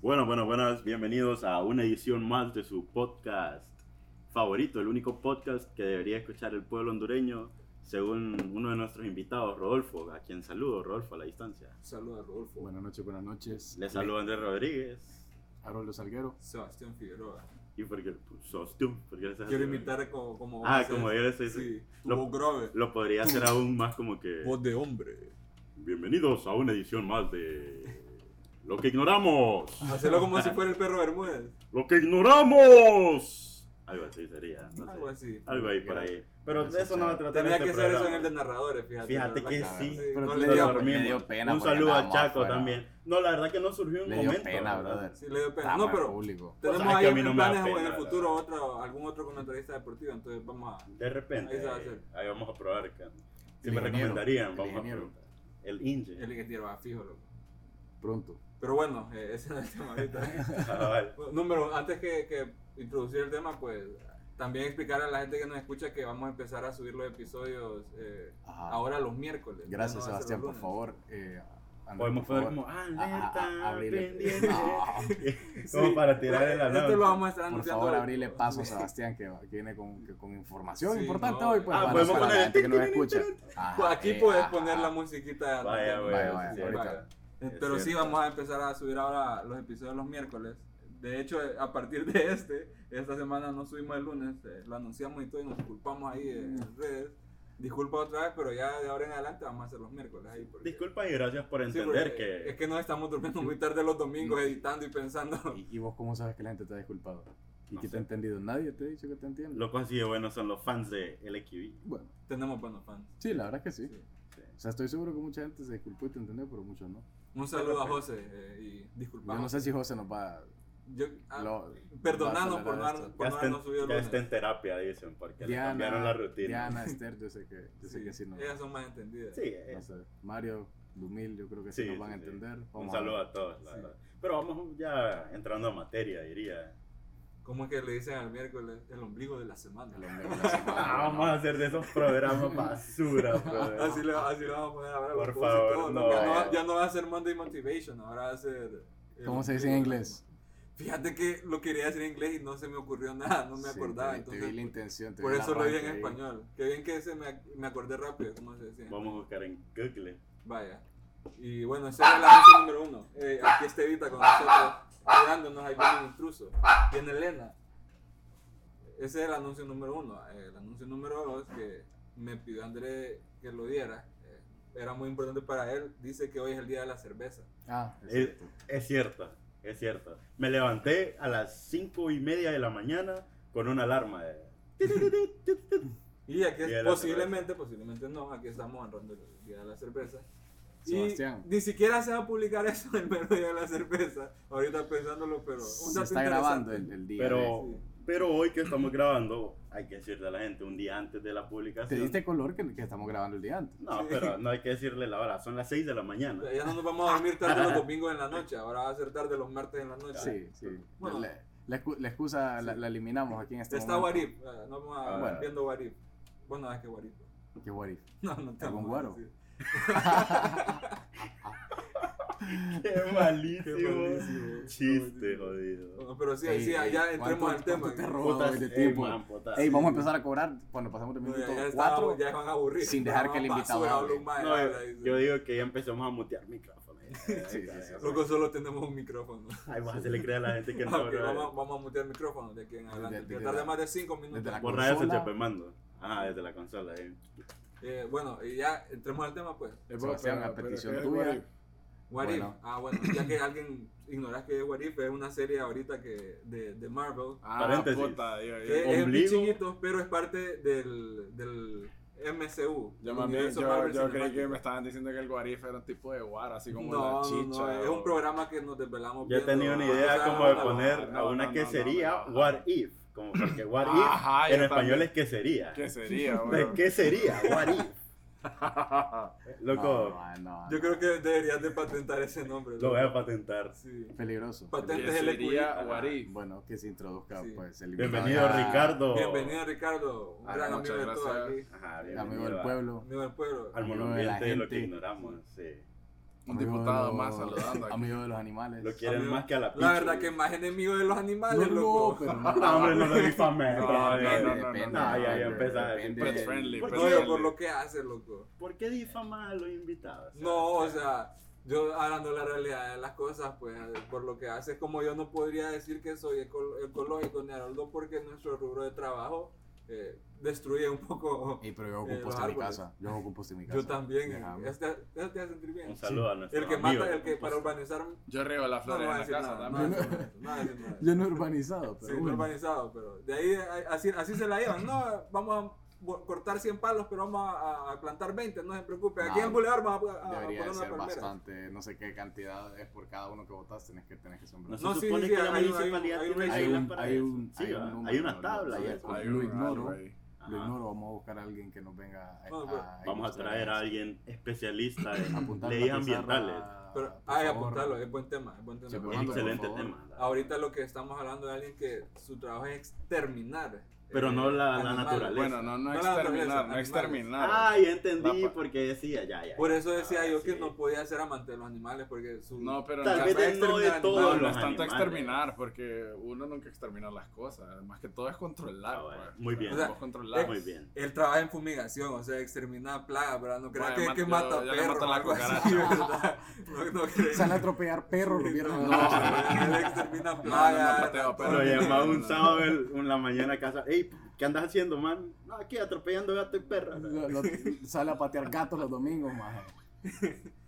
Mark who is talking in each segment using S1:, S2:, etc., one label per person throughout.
S1: Bueno, bueno, buenas, bienvenidos a una edición más de su podcast favorito, el único podcast que debería escuchar el pueblo hondureño, según uno de nuestros invitados, Rodolfo, a quien saludo, Rodolfo, a la distancia.
S2: Saluda Rodolfo.
S3: Buenas noches, buenas noches.
S1: Les saludo Andrés Rodríguez.
S3: Haroldo Salguero.
S2: Sebastián Figueroa.
S1: Y porque pues, sos tú, porque eres
S2: Quiero imitar como. como
S1: Ah,
S2: voces,
S1: como yo les
S2: Sí, tu
S1: Lo-
S2: voz grave.
S1: Lo podría hacer aún más como que...
S2: Voz de hombre.
S1: Bienvenidos a una edición más de... Lo que ignoramos.
S2: Hacerlo como si fuera el perro Bermúdez.
S1: Lo que ignoramos. Algo así sería. no sé.
S2: Algo así.
S1: Algo ahí por ahí. Pero de
S3: Gracias,
S1: eso no va a tratar
S2: Tenía
S1: este
S2: que ser eso en
S1: programa.
S2: el de narradores, fíjate.
S1: Fíjate
S2: la
S1: que
S2: verdad.
S1: sí.
S3: Pero
S2: no
S3: tú
S1: Nos
S2: le
S3: te lo
S2: dio,
S3: dormí.
S1: dormimos.
S4: me dio pena
S1: Un
S4: porque
S1: saludo a
S4: andábamos
S1: Chaco
S4: afuera.
S1: también. No, la verdad que no surgió un
S4: Le dio
S1: momento.
S4: pena,
S1: la verdad.
S4: brother.
S2: sí le dio pena.
S4: Estamos
S2: No,
S4: en
S2: pero
S3: público.
S2: tenemos
S1: Sabes Pues que
S2: ahí
S1: a mí no
S2: en
S1: me da
S2: planes o en
S1: pena,
S2: el
S1: la
S2: futuro otro, algún otro comentarista deportivo. Entonces vamos a.
S1: De repente.
S2: Ahí se va a
S1: ahí-
S2: hacer.
S1: Ahí vamos a probar. que- Si
S3: El
S1: me
S3: ingeniero,
S1: recomendarían,
S3: el
S1: vamos a
S3: ingeniero.
S1: preguntar. El Inge.
S2: El ingeniero va fijo, loco.
S3: Pronto.
S2: Pero bueno, eh, ese no es el tema
S1: Ah,
S2: ahorita.
S1: Cabal.
S2: Bueno, Número, antes que, que introducir el tema, pues también explicar a la gente que nos escucha que vamos a empezar a subir los episodios eh,
S3: Ajá.
S2: ahora los miércoles.
S3: Ah, Gracias,
S2: Ya no va a ser
S3: Sebastián,
S2: los lunes.
S3: por favor. Eh, Andrés,
S1: Podemos
S3: por
S1: poner
S3: favor.
S1: como
S3: Ah, ah, ah,
S1: alerta
S3: abrile-
S1: pendiente.
S3: No,
S1: Como
S2: Sí,
S1: para tirar el
S2: Esto lo
S1: anuncio.
S2: vamos a estar
S3: por
S2: anunciando.
S3: favor, abrile paso a Sebastián, que, que viene con, que con información
S2: Sí,
S3: importante
S2: no.
S3: hoy. Pues,
S1: Ah,
S3: para,
S1: podemos
S3: para
S1: poner
S3: la gente que nos escucha.
S2: Pues
S3: Ajá,
S2: aquí
S3: eh,
S2: puedes
S3: ajá,
S2: poner la
S3: ajá.
S2: musiquita.
S1: Vaya,
S2: también.
S1: vaya,
S3: vaya,
S1: sí,
S3: ahorita.
S1: vaya.
S2: Pero
S1: Es
S2: sí,
S1: cierto.
S2: vamos a empezar a subir ahora los episodios los miércoles. De hecho, eh, a partir de este, esta semana no subimos el lunes, eh, lo anunciamos y todo, y nos disculpamos ahí eh, en redes. Disculpa otra vez, pero ya de ahora en adelante vamos a hacer los miércoles ahí. porque-
S1: Disculpa y gracias por
S2: Sí,
S1: entender
S2: porque
S1: que.
S2: Es que nos estamos durmiendo muy tarde los domingos editando y pensando.
S3: ¿Y, y vos cómo sabes que la gente te ha disculpado? ¿Y
S1: No
S3: que
S1: sé.
S3: te ha entendido? Nadie te ha dicho que te entiende.
S1: Locos así de buenos son los fans de LXB.
S3: Bueno,
S2: Tenemos buenos fans.
S3: sí, la verdad que sí.
S2: Sí.
S1: Sí.
S3: O sea, estoy seguro que mucha gente se disculpó y te entendió, pero muchos no.
S2: Un saludo a José eh, y
S3: Yo
S2: disculpamos.
S3: no sé si José nos va
S2: Yo- ah,
S3: lo-
S2: perdonanos
S3: va a
S2: por no,
S3: tolerar
S2: haber-
S3: esto.
S2: por
S1: Ya
S2: no
S1: está, en,
S2: habernos subido
S1: ya
S2: los
S1: está en terapia, dicen, porque le cambiaron la rutina.
S3: Diana, Esther, yo sé que, yo sé que sí, no.
S2: Ellas son más entendidas.
S1: Sí, eh,
S3: no sé, Mario, Lumil, yo creo que sí,
S1: Sí,
S3: nos van a
S1: sí, sí.
S3: entender.
S1: un
S3: Vamos a-
S1: saludo a todos, la
S2: Sí.
S1: verdad. Pero vamos ya entrando a materia, diría.
S2: ¿Cómo es que le dicen al miércoles el ombligo de la semana?
S3: El hombre de la semana,
S1: Ah, vamos a
S3: ¿no?
S1: hacer de esos programas basura, brother.
S2: Así le, así le vamos a poner ahora.
S1: Por
S2: los posts y
S1: favor,
S2: todo,
S1: no.
S2: Ya, no va, ya no va a ser Monday Motivation, ahora va a ser. el
S3: ¿Cómo se dice en
S2: ombligo.
S3: inglés?
S2: Fíjate que lo quería decir en inglés y no se me ocurrió nada, no me
S3: Sí,
S2: acordaba.
S3: te- te vi la
S2: entonces,
S3: intención. te
S2: por
S3: vi el
S2: eso lo dije en
S3: arranque ahí.
S2: español. Qué bien que ese me, me acordé rápido, ¿cómo se decía?
S1: Vamos a buscar en Google.
S2: Vaya. Y bueno, esa era la noche número uno. Eh, aquí está Evita con nosotros, cuidándonos. Ahí viene un intruso. Viene Elena. Ese es el anuncio número uno. Eh, El anuncio número dos que me pidió André que lo diera. eh, Era muy importante para él. Dice que hoy es el día de la cerveza.
S3: Ah,
S1: Eh,
S3: es cierto.
S1: Es cierto, es cierto. Me levanté a las cinco y media de la mañana con una alarma de...
S2: Y aquí
S1: Día de la
S2: posiblemente, posiblemente no, aquí estamos honrando el día de la cerveza. Y
S3: Sebastián.
S2: ni siquiera se va a publicar eso el mero día de la cerveza. Ahorita pensándolo, pero. un
S3: Se
S2: dato
S3: está grabando
S2: interesante.
S3: el, el día.
S1: Pero,
S2: Sí.
S1: pero hoy que estamos grabando, hay que decirle a la gente un día antes de la
S3: de- Te
S1: publicación.
S3: diste color que, que estamos grabando el día antes.
S1: No, pero no hay que decirle la hora. Son las 6 de la mañana.
S2: Ya no nos vamos a dormir tarde los domingos en la noche, ahora va a ser tarde los martes en la noche.
S3: Sí, sí.
S2: Bueno.
S3: la, la excu- la excusa la, la eliminamos aquí en este
S2: Está
S3: momento.
S2: Warif, eh, no vamos a
S1: Ah,
S3: bueno.
S2: viendo Warif. Vos no ves que Warif.
S3: ¿Qué Warif?
S2: No, no te
S3: ¿Algún
S2: vamos a
S3: guaro?
S2: decir.
S1: Qué
S2: Qué
S1: malísimo.
S2: malísimo.
S1: Chiste,
S2: Qué malísimo.
S1: jodido.
S2: No, Pero sí, ahí sí,
S3: Ey, ey,
S2: ya entremos
S3: Eh, ¿cuánto-
S2: al tema.
S3: cuánto te
S2: No,
S3: robó
S1: Putas,
S3: de
S1: eh,
S3: tiempo?
S1: man, putas.
S3: Ey, vamos a empezar a cobrar cuando pasamos el
S2: ya,
S3: minuto
S2: ya, está,
S3: 4.
S2: ya van a aburrir.
S3: sin dejar que el invitado hable.
S1: No, yo digo que ya empezamos a mutear micrófonos.
S3: sí, sí.
S2: Luego solo tenemos un micrófono.
S1: Ay, vas a hacerle creer a la gente que no.
S2: Ok,
S1: bro.
S2: vamos, vamos a mutear el micrófono de aquí en
S3: Desde-
S2: adelante. Que
S3: desde
S2: tarde
S3: la-
S2: más de 5 minutos.
S3: desde la
S1: Borra eso,
S3: consola.
S1: Chepe Mando. Ah, desde la consola. eh.
S2: Eh, bueno, y ya entremos al tema pues.
S3: Eh, Sebastián, a petición tuya.
S2: What
S3: Bueno.
S2: If. Ah, bueno, ya que alguien ignorás que es What If, es una serie ahorita que de, de Marvel.
S4: Ah,
S1: Paréntesis.
S4: puta, ya,
S2: Que
S4: ya.
S2: Eh, es muy
S1: Ombligo.
S2: chiquito, pero es parte del, del MCU.
S4: Yo,
S2: del
S4: mami,
S2: universo
S4: yo,
S2: Marvel
S4: yo creí que
S2: Cinemático.
S4: me estaban diciendo que el guarif era un tipo de guar, así como
S2: No,
S4: la
S2: no,
S4: chicha.
S2: no, es
S4: o-
S2: un programa que nos desvelamos
S1: Yo
S2: viendo,
S1: tenía una
S2: eh, ¿no? O
S1: idea
S2: sea,
S1: como de
S2: no,
S1: poner
S4: no,
S1: a una
S4: no, no,
S1: quesería
S4: no, no, no.
S1: What If. Como porque What
S4: Ajá,
S1: If
S4: yo
S1: en español
S4: también.
S1: es quesería.
S4: ¿Qué sería,
S1: ¿De
S4: güey?
S1: qué sería? What If. Eh,
S3: No,
S1: Loco,
S3: no, no,
S2: Yo
S3: no.
S2: creo que deberías de patentar ese nombre.
S1: lo
S2: ¿no?
S1: voy a patentar.
S2: Sí.
S3: Peligroso.
S2: Patente
S4: ¿Qué
S2: es el
S4: sería
S2: equilibrio.
S4: guarif?
S3: Bueno, que se introduzca,
S2: Sí.
S3: pues, el invitado
S1: Bienvenido,
S3: ya,
S1: Ricardo.
S2: Bienvenido Ricardo, un
S1: Ah,
S2: gran amigo
S4: muchas
S2: de todos
S4: gracias.
S2: aquí,
S1: Ajá,
S3: el Amigo del
S1: bienvenido a-
S3: pueblo.
S2: amigo del pueblo.
S1: al
S3: Amigo de la
S1: monoambiente de lo que
S3: gente.
S1: ignoramos. Sí.
S4: Un
S3: Amigo de
S4: diputado
S3: los-
S4: más saludando. aquí.
S3: Amigo de los animales.
S1: Lo quieren
S2: Amigo,
S1: más que a la
S2: La
S1: picha,
S2: verdad
S1: güey.
S2: que más enemigo de los
S3: No,
S2: animales,
S3: no,
S2: loco.
S3: pero no.
S1: No, hombre, no lo difamé.
S4: No,
S1: brother.
S3: Depende,
S4: no, no, no, no,
S1: no,
S3: depende,
S1: Ah, ya, ya
S3: depende,
S1: empezaba.
S3: depende
S4: Pet
S3: del-
S4: friendly,
S1: ¿Por
S4: pet
S1: qué?
S2: Oye, por
S4: friendly.
S2: lo que hace, loco.
S1: ¿Por qué difamas a los invitados?
S2: No, o sea, yo hablando la realidad de las cosas, pues por lo que hace, es como yo no podría decir que soy eco- ecológico ni Haroldo, porque nuestro rubro de trabajo eh, destruye un poco.
S3: Ey, pero yo
S2: Eh,
S3: hago compost
S2: los
S3: en mi
S2: árboles.
S3: casa. Yo hago compost en mi casa.
S2: Yo también.
S3: Déjame.
S2: Este, este te hace sentir bien.
S1: Un saludo a pues. nuestro
S2: El que
S1: amigo
S2: mata,
S1: de
S2: el que para
S1: compost.
S2: urbanizar. No,
S4: Yo riego las
S2: no
S4: flores
S2: va a
S4: en la
S2: decir
S4: casa
S2: nada. No,
S4: también.
S2: no, no va a decir nada.
S3: Yo no he urbanizado,
S2: Sí,
S3: pero
S2: no
S3: bueno.
S2: urbanizado, pero de ahí a- así, así se la llevan. No, vamos a bo- cortar 100 palos, pero vamos a, a plantar 20, no se preocupe. Aquí
S3: No,
S2: en el Boulevard vamos a, a- a
S3: Debería
S2: poner
S3: de
S2: una
S3: ser
S2: palmera.
S3: bastante, no sé qué cantidad es por cada uno que votas, tenés que, tenés que
S1: No
S3: sembrar.
S1: se
S2: No, sí,
S1: supone
S2: sí,
S1: que la
S2: hay un-
S1: municipalidad
S2: hay un-
S1: tiene
S2: hay un-
S1: reglas para
S3: hay
S1: eso.
S3: un-
S1: Sí,
S3: hay un
S1: ¿verdad?
S3: número,
S1: hay una
S3: ¿no?
S1: tabla y
S3: Sí,
S1: eso.
S3: hay
S4: un
S3: Lo
S4: rato
S3: ignoro.
S4: ahí.
S1: Ajá.
S3: Lo ignoro, vamos a buscar a alguien que nos venga a,
S2: No, pues, pero-
S3: a-
S1: Vamos a traer a alguien especialista en
S3: apuntar la
S1: leyes
S3: pizarra,
S1: ambientales.
S2: Pero,
S3: por
S2: ay, eh.
S3: favor.
S2: apuntarlo, es buen tema, es buen tema.
S3: Sí,
S1: Es
S3: pues.
S1: un
S3: Fernando, por
S1: excelente
S3: favor.
S1: tema.
S2: Ahorita lo que estamos hablando de alguien que su trabajo es exterminar. eh,
S1: Pero no la- la
S2: animales.
S1: naturaleza.
S4: Bueno, no, no
S2: No la naturaleza,
S4: exterminar, no
S2: animales.
S4: exterminar.
S1: Ay, Ah, entendí
S4: Napa.
S1: porque decía, ya, ya.
S2: Por eso decía
S1: Ah,
S2: yo
S1: sí.
S2: que no podía ser amante de los animales, porque su.
S4: No, pero
S1: Tal
S4: no,
S1: vez
S4: no,
S1: de- no de
S2: exterminar
S4: no,
S1: todos
S4: no
S1: los
S4: es tanto
S1: animales.
S4: exterminar, porque uno nunca extermina las cosas. Más que todo es controlar.
S1: Ah, bueno,
S4: pues.
S1: muy bien.
S4: O sea, vos controlás.
S1: Muy bien.
S2: Él trabaja en fumigación, o sea, exterminar plagas, ¿verdad? No creas
S4: Bueno,
S2: que,
S4: ma-
S2: que
S4: yo-
S2: mata
S4: yo le mato
S2: perros o
S4: la
S2: algo así, ¿verdad? No, no creas.
S3: Sale a atropellar perros los
S2: Sí,
S3: viernes.
S2: no,
S3: de la noche.
S2: no, él extermina
S4: no,
S2: plagas.
S4: no, pateo,
S1: Lo
S4: pero-
S1: llamaba un
S4: No.
S1: sábado en en la mañana a casa. Ey, ¿qué andas haciendo, man? No, aquí atropellando gato y perra.
S3: Lo- lo- sale a patear gatos los domingos, maje.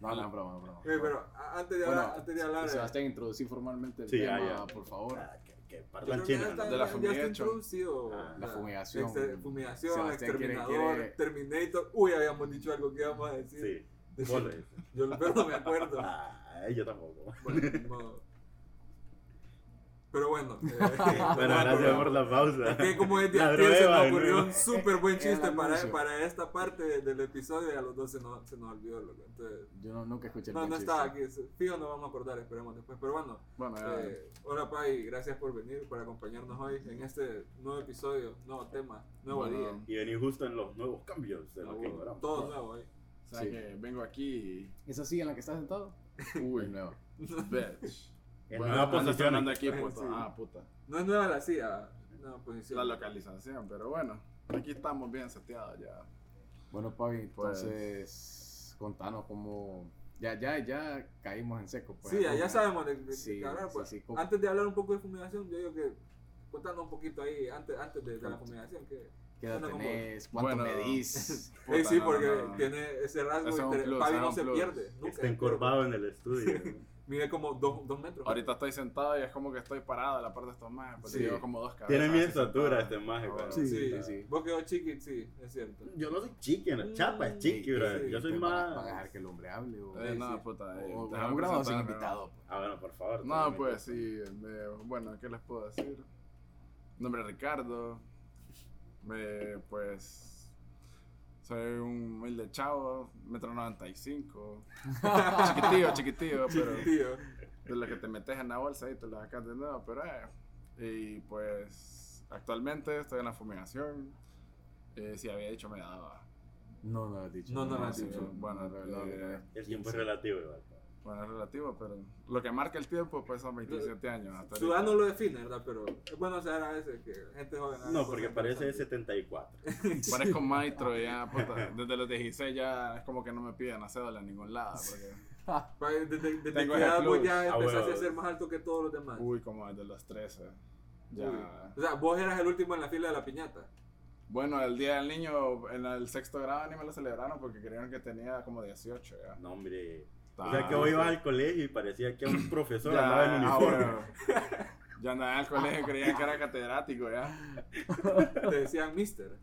S3: No, no, es broma, es broma.
S2: Oye, pero a- antes de
S3: Bueno,
S2: hablar, antes de hablar. eh,
S3: Sebastián, introducí formalmente el
S1: Sí, ya,
S3: tema,
S1: ya.
S3: por favor.
S1: Ah, que- que
S2: yo
S1: parlan
S2: creo que
S1: chino,
S2: ya
S1: ¿no?
S2: está-
S4: De la
S2: ya- ya está
S4: fumigación.
S2: introducido,
S1: Ah,
S2: o
S3: la
S2: sea,
S3: fumigación.
S2: exter- fumigación,
S3: Sebastián quiere-
S2: exterminador,
S3: quiere-
S2: Terminator. Uy, habíamos dicho algo que íbamos a decir.
S1: Sí,
S2: De-
S1: vos lo dices.
S2: Yo lo- pero no me acuerdo.
S1: Ah, yo tampoco.
S2: Bueno, ni modo. Pero bueno. eh,
S1: Pero gracias por la pausa.
S2: Es que como es de
S1: La
S2: aquí, se
S1: prueba,
S2: nos
S1: ¿no?
S2: ocurrió un súper buen
S3: El
S2: chiste para,
S3: anuncio.
S2: para esta parte de- del episodio y a los dos se nos, se nos olvidó, loco. Entonces,
S3: Yo no- nunca escuché el
S2: no, no
S3: pinche
S2: está
S3: chiste.
S2: aquí. se- Fijo, nos vamos a acordar, esperemos después. Pero bueno,
S4: Bueno, ya.
S2: eh, hola Pai, gracias por venir, por acompañarnos hoy en este nuevo episodio, nuevo tema, nuevo
S4: Bueno,
S2: día.
S1: Y venir justo en los nuevos cambios de lo que ignoramos.
S2: Todo nuevo hoy.
S4: o sea
S3: sí.
S4: que vengo aquí
S3: ¿Esa silla en la que estás sentado?
S4: y...
S3: Uy,
S4: Uy,
S3: no.
S4: bitch.
S1: En
S4: Bueno,
S1: nuevas
S4: ando
S1: posiciones.
S4: ando aquí, puta.
S2: Sí.
S4: Ah, puta.
S2: No es nueva la CIA, no, pues, posición.
S4: La localización, pero bueno. Aquí estamos bien seteados ya.
S3: Bueno, Pavi,
S4: Pues-
S3: entonces contanos cómo... Ya, ya, ya caímos en seco. Pues,
S2: Sí, ya, ya
S3: Alguna-
S2: sabemos de, de- de
S3: Sí,
S2: qué hablar,
S3: sí,
S2: pues.
S3: sí, como-
S2: Antes de hablar un poco de fumigación, yo digo que contando un poquito ahí, antes, antes de, de la
S3: Correcto.
S2: fumigación, que
S3: ¿Qué edad
S2: Bueno, como-
S3: tenés? ¿Cuánto
S4: Bueno.
S3: medís?
S4: Puta,
S2: Eh, sí,
S4: no,
S2: porque
S4: no, no.
S2: tiene ese rasgo
S4: Ese es un
S2: inter-
S4: plus,
S2: Fabi
S4: ese es
S2: no
S4: un
S2: se
S4: plus.
S2: pierde. Nunca
S1: Está encorvado en el estudio.
S2: Mide como dos, dos metros.
S4: Ahorita estoy sentado y es como que estoy parado en la parte de estos más. Pero
S3: Sí.
S4: llevo como dos cabezas.
S1: Tiene bien
S4: así
S1: estatura
S4: sentadas.
S1: este maje,
S4: Ah,
S1: pero-
S2: sí,
S3: Sí,
S2: sí,
S3: sí.
S2: Vos quedó chiqui, sí, es cierto.
S1: Yo no soy chiqui, en
S2: Mm,
S1: la chapa es chiqui,
S3: Ey,
S1: bro.
S3: ey,
S1: Yo soy
S3: ¿ustedes van a- ¿Van a
S1: más.
S3: dejar que el hombre hable? O,
S4: Eh,
S2: Sí,
S4: no,
S2: sí.
S4: puta.
S3: o-
S4: eh,
S3: o
S4: déjame
S3: hagamos grabados sin
S4: presentarme, ¿no?
S3: Oh, invitado? pues.
S1: Ah, bueno, por favor.
S4: No,
S1: también.
S4: pues sí. me- bueno, ¿qué les puedo decir? Nombre Ricardo. Me, pues. Soy un humilde chavo, metro 95. chiquitillo, chiquitillo, pero
S2: Tío,
S4: de lo que te metes en la bolsa y te lo sacas de nuevo, pero eh. Y pues. Actualmente estoy en la fumigación. Eh, si había dicho, me daba.
S3: No, no lo has dicho.
S2: No, no lo has
S3: Ah, sí,
S2: dicho.
S3: no,
S4: Bueno,
S3: no,
S4: eh,
S3: no, no.
S1: El tiempo es relativo, igual.
S2: Ah,
S4: Bueno, es relativo, pero lo que marca el tiempo, pues son 27 años. Hasta
S2: su edad no lo define, ¿verdad? Pero es bueno saber a veces que gente joven. hace
S1: No,
S2: cosas
S1: porque parece de
S2: interesantes.
S1: 74.
S4: Parezco maestro ya, puta. Desde los 16 ya es como que no me piden la cédula en ningún lado. Porque,
S2: Pa- Pues, Desde, desde
S4: Tengo
S2: que
S4: ese
S2: edad vos
S4: plus.
S2: ya
S1: Ah,
S2: empezaste
S1: bueno.
S2: a ser más alto que todos los demás.
S4: uy, como desde los 13. Ya.
S2: O sea, vos eras el último en la fila de la piñata.
S4: Bueno, el día del niño en el sexto grado ni me lo celebraron porque creían que tenía como 18 ya.
S1: No, hombre. O sea que hoy
S4: Ah,
S1: ibas al colegio y parecía que un profesor
S4: ya,
S1: andaba en
S4: ah,
S1: uniforme.
S4: bueno. Ya andaba en el colegio, creían que era catedrático ya.
S2: Te decían mister.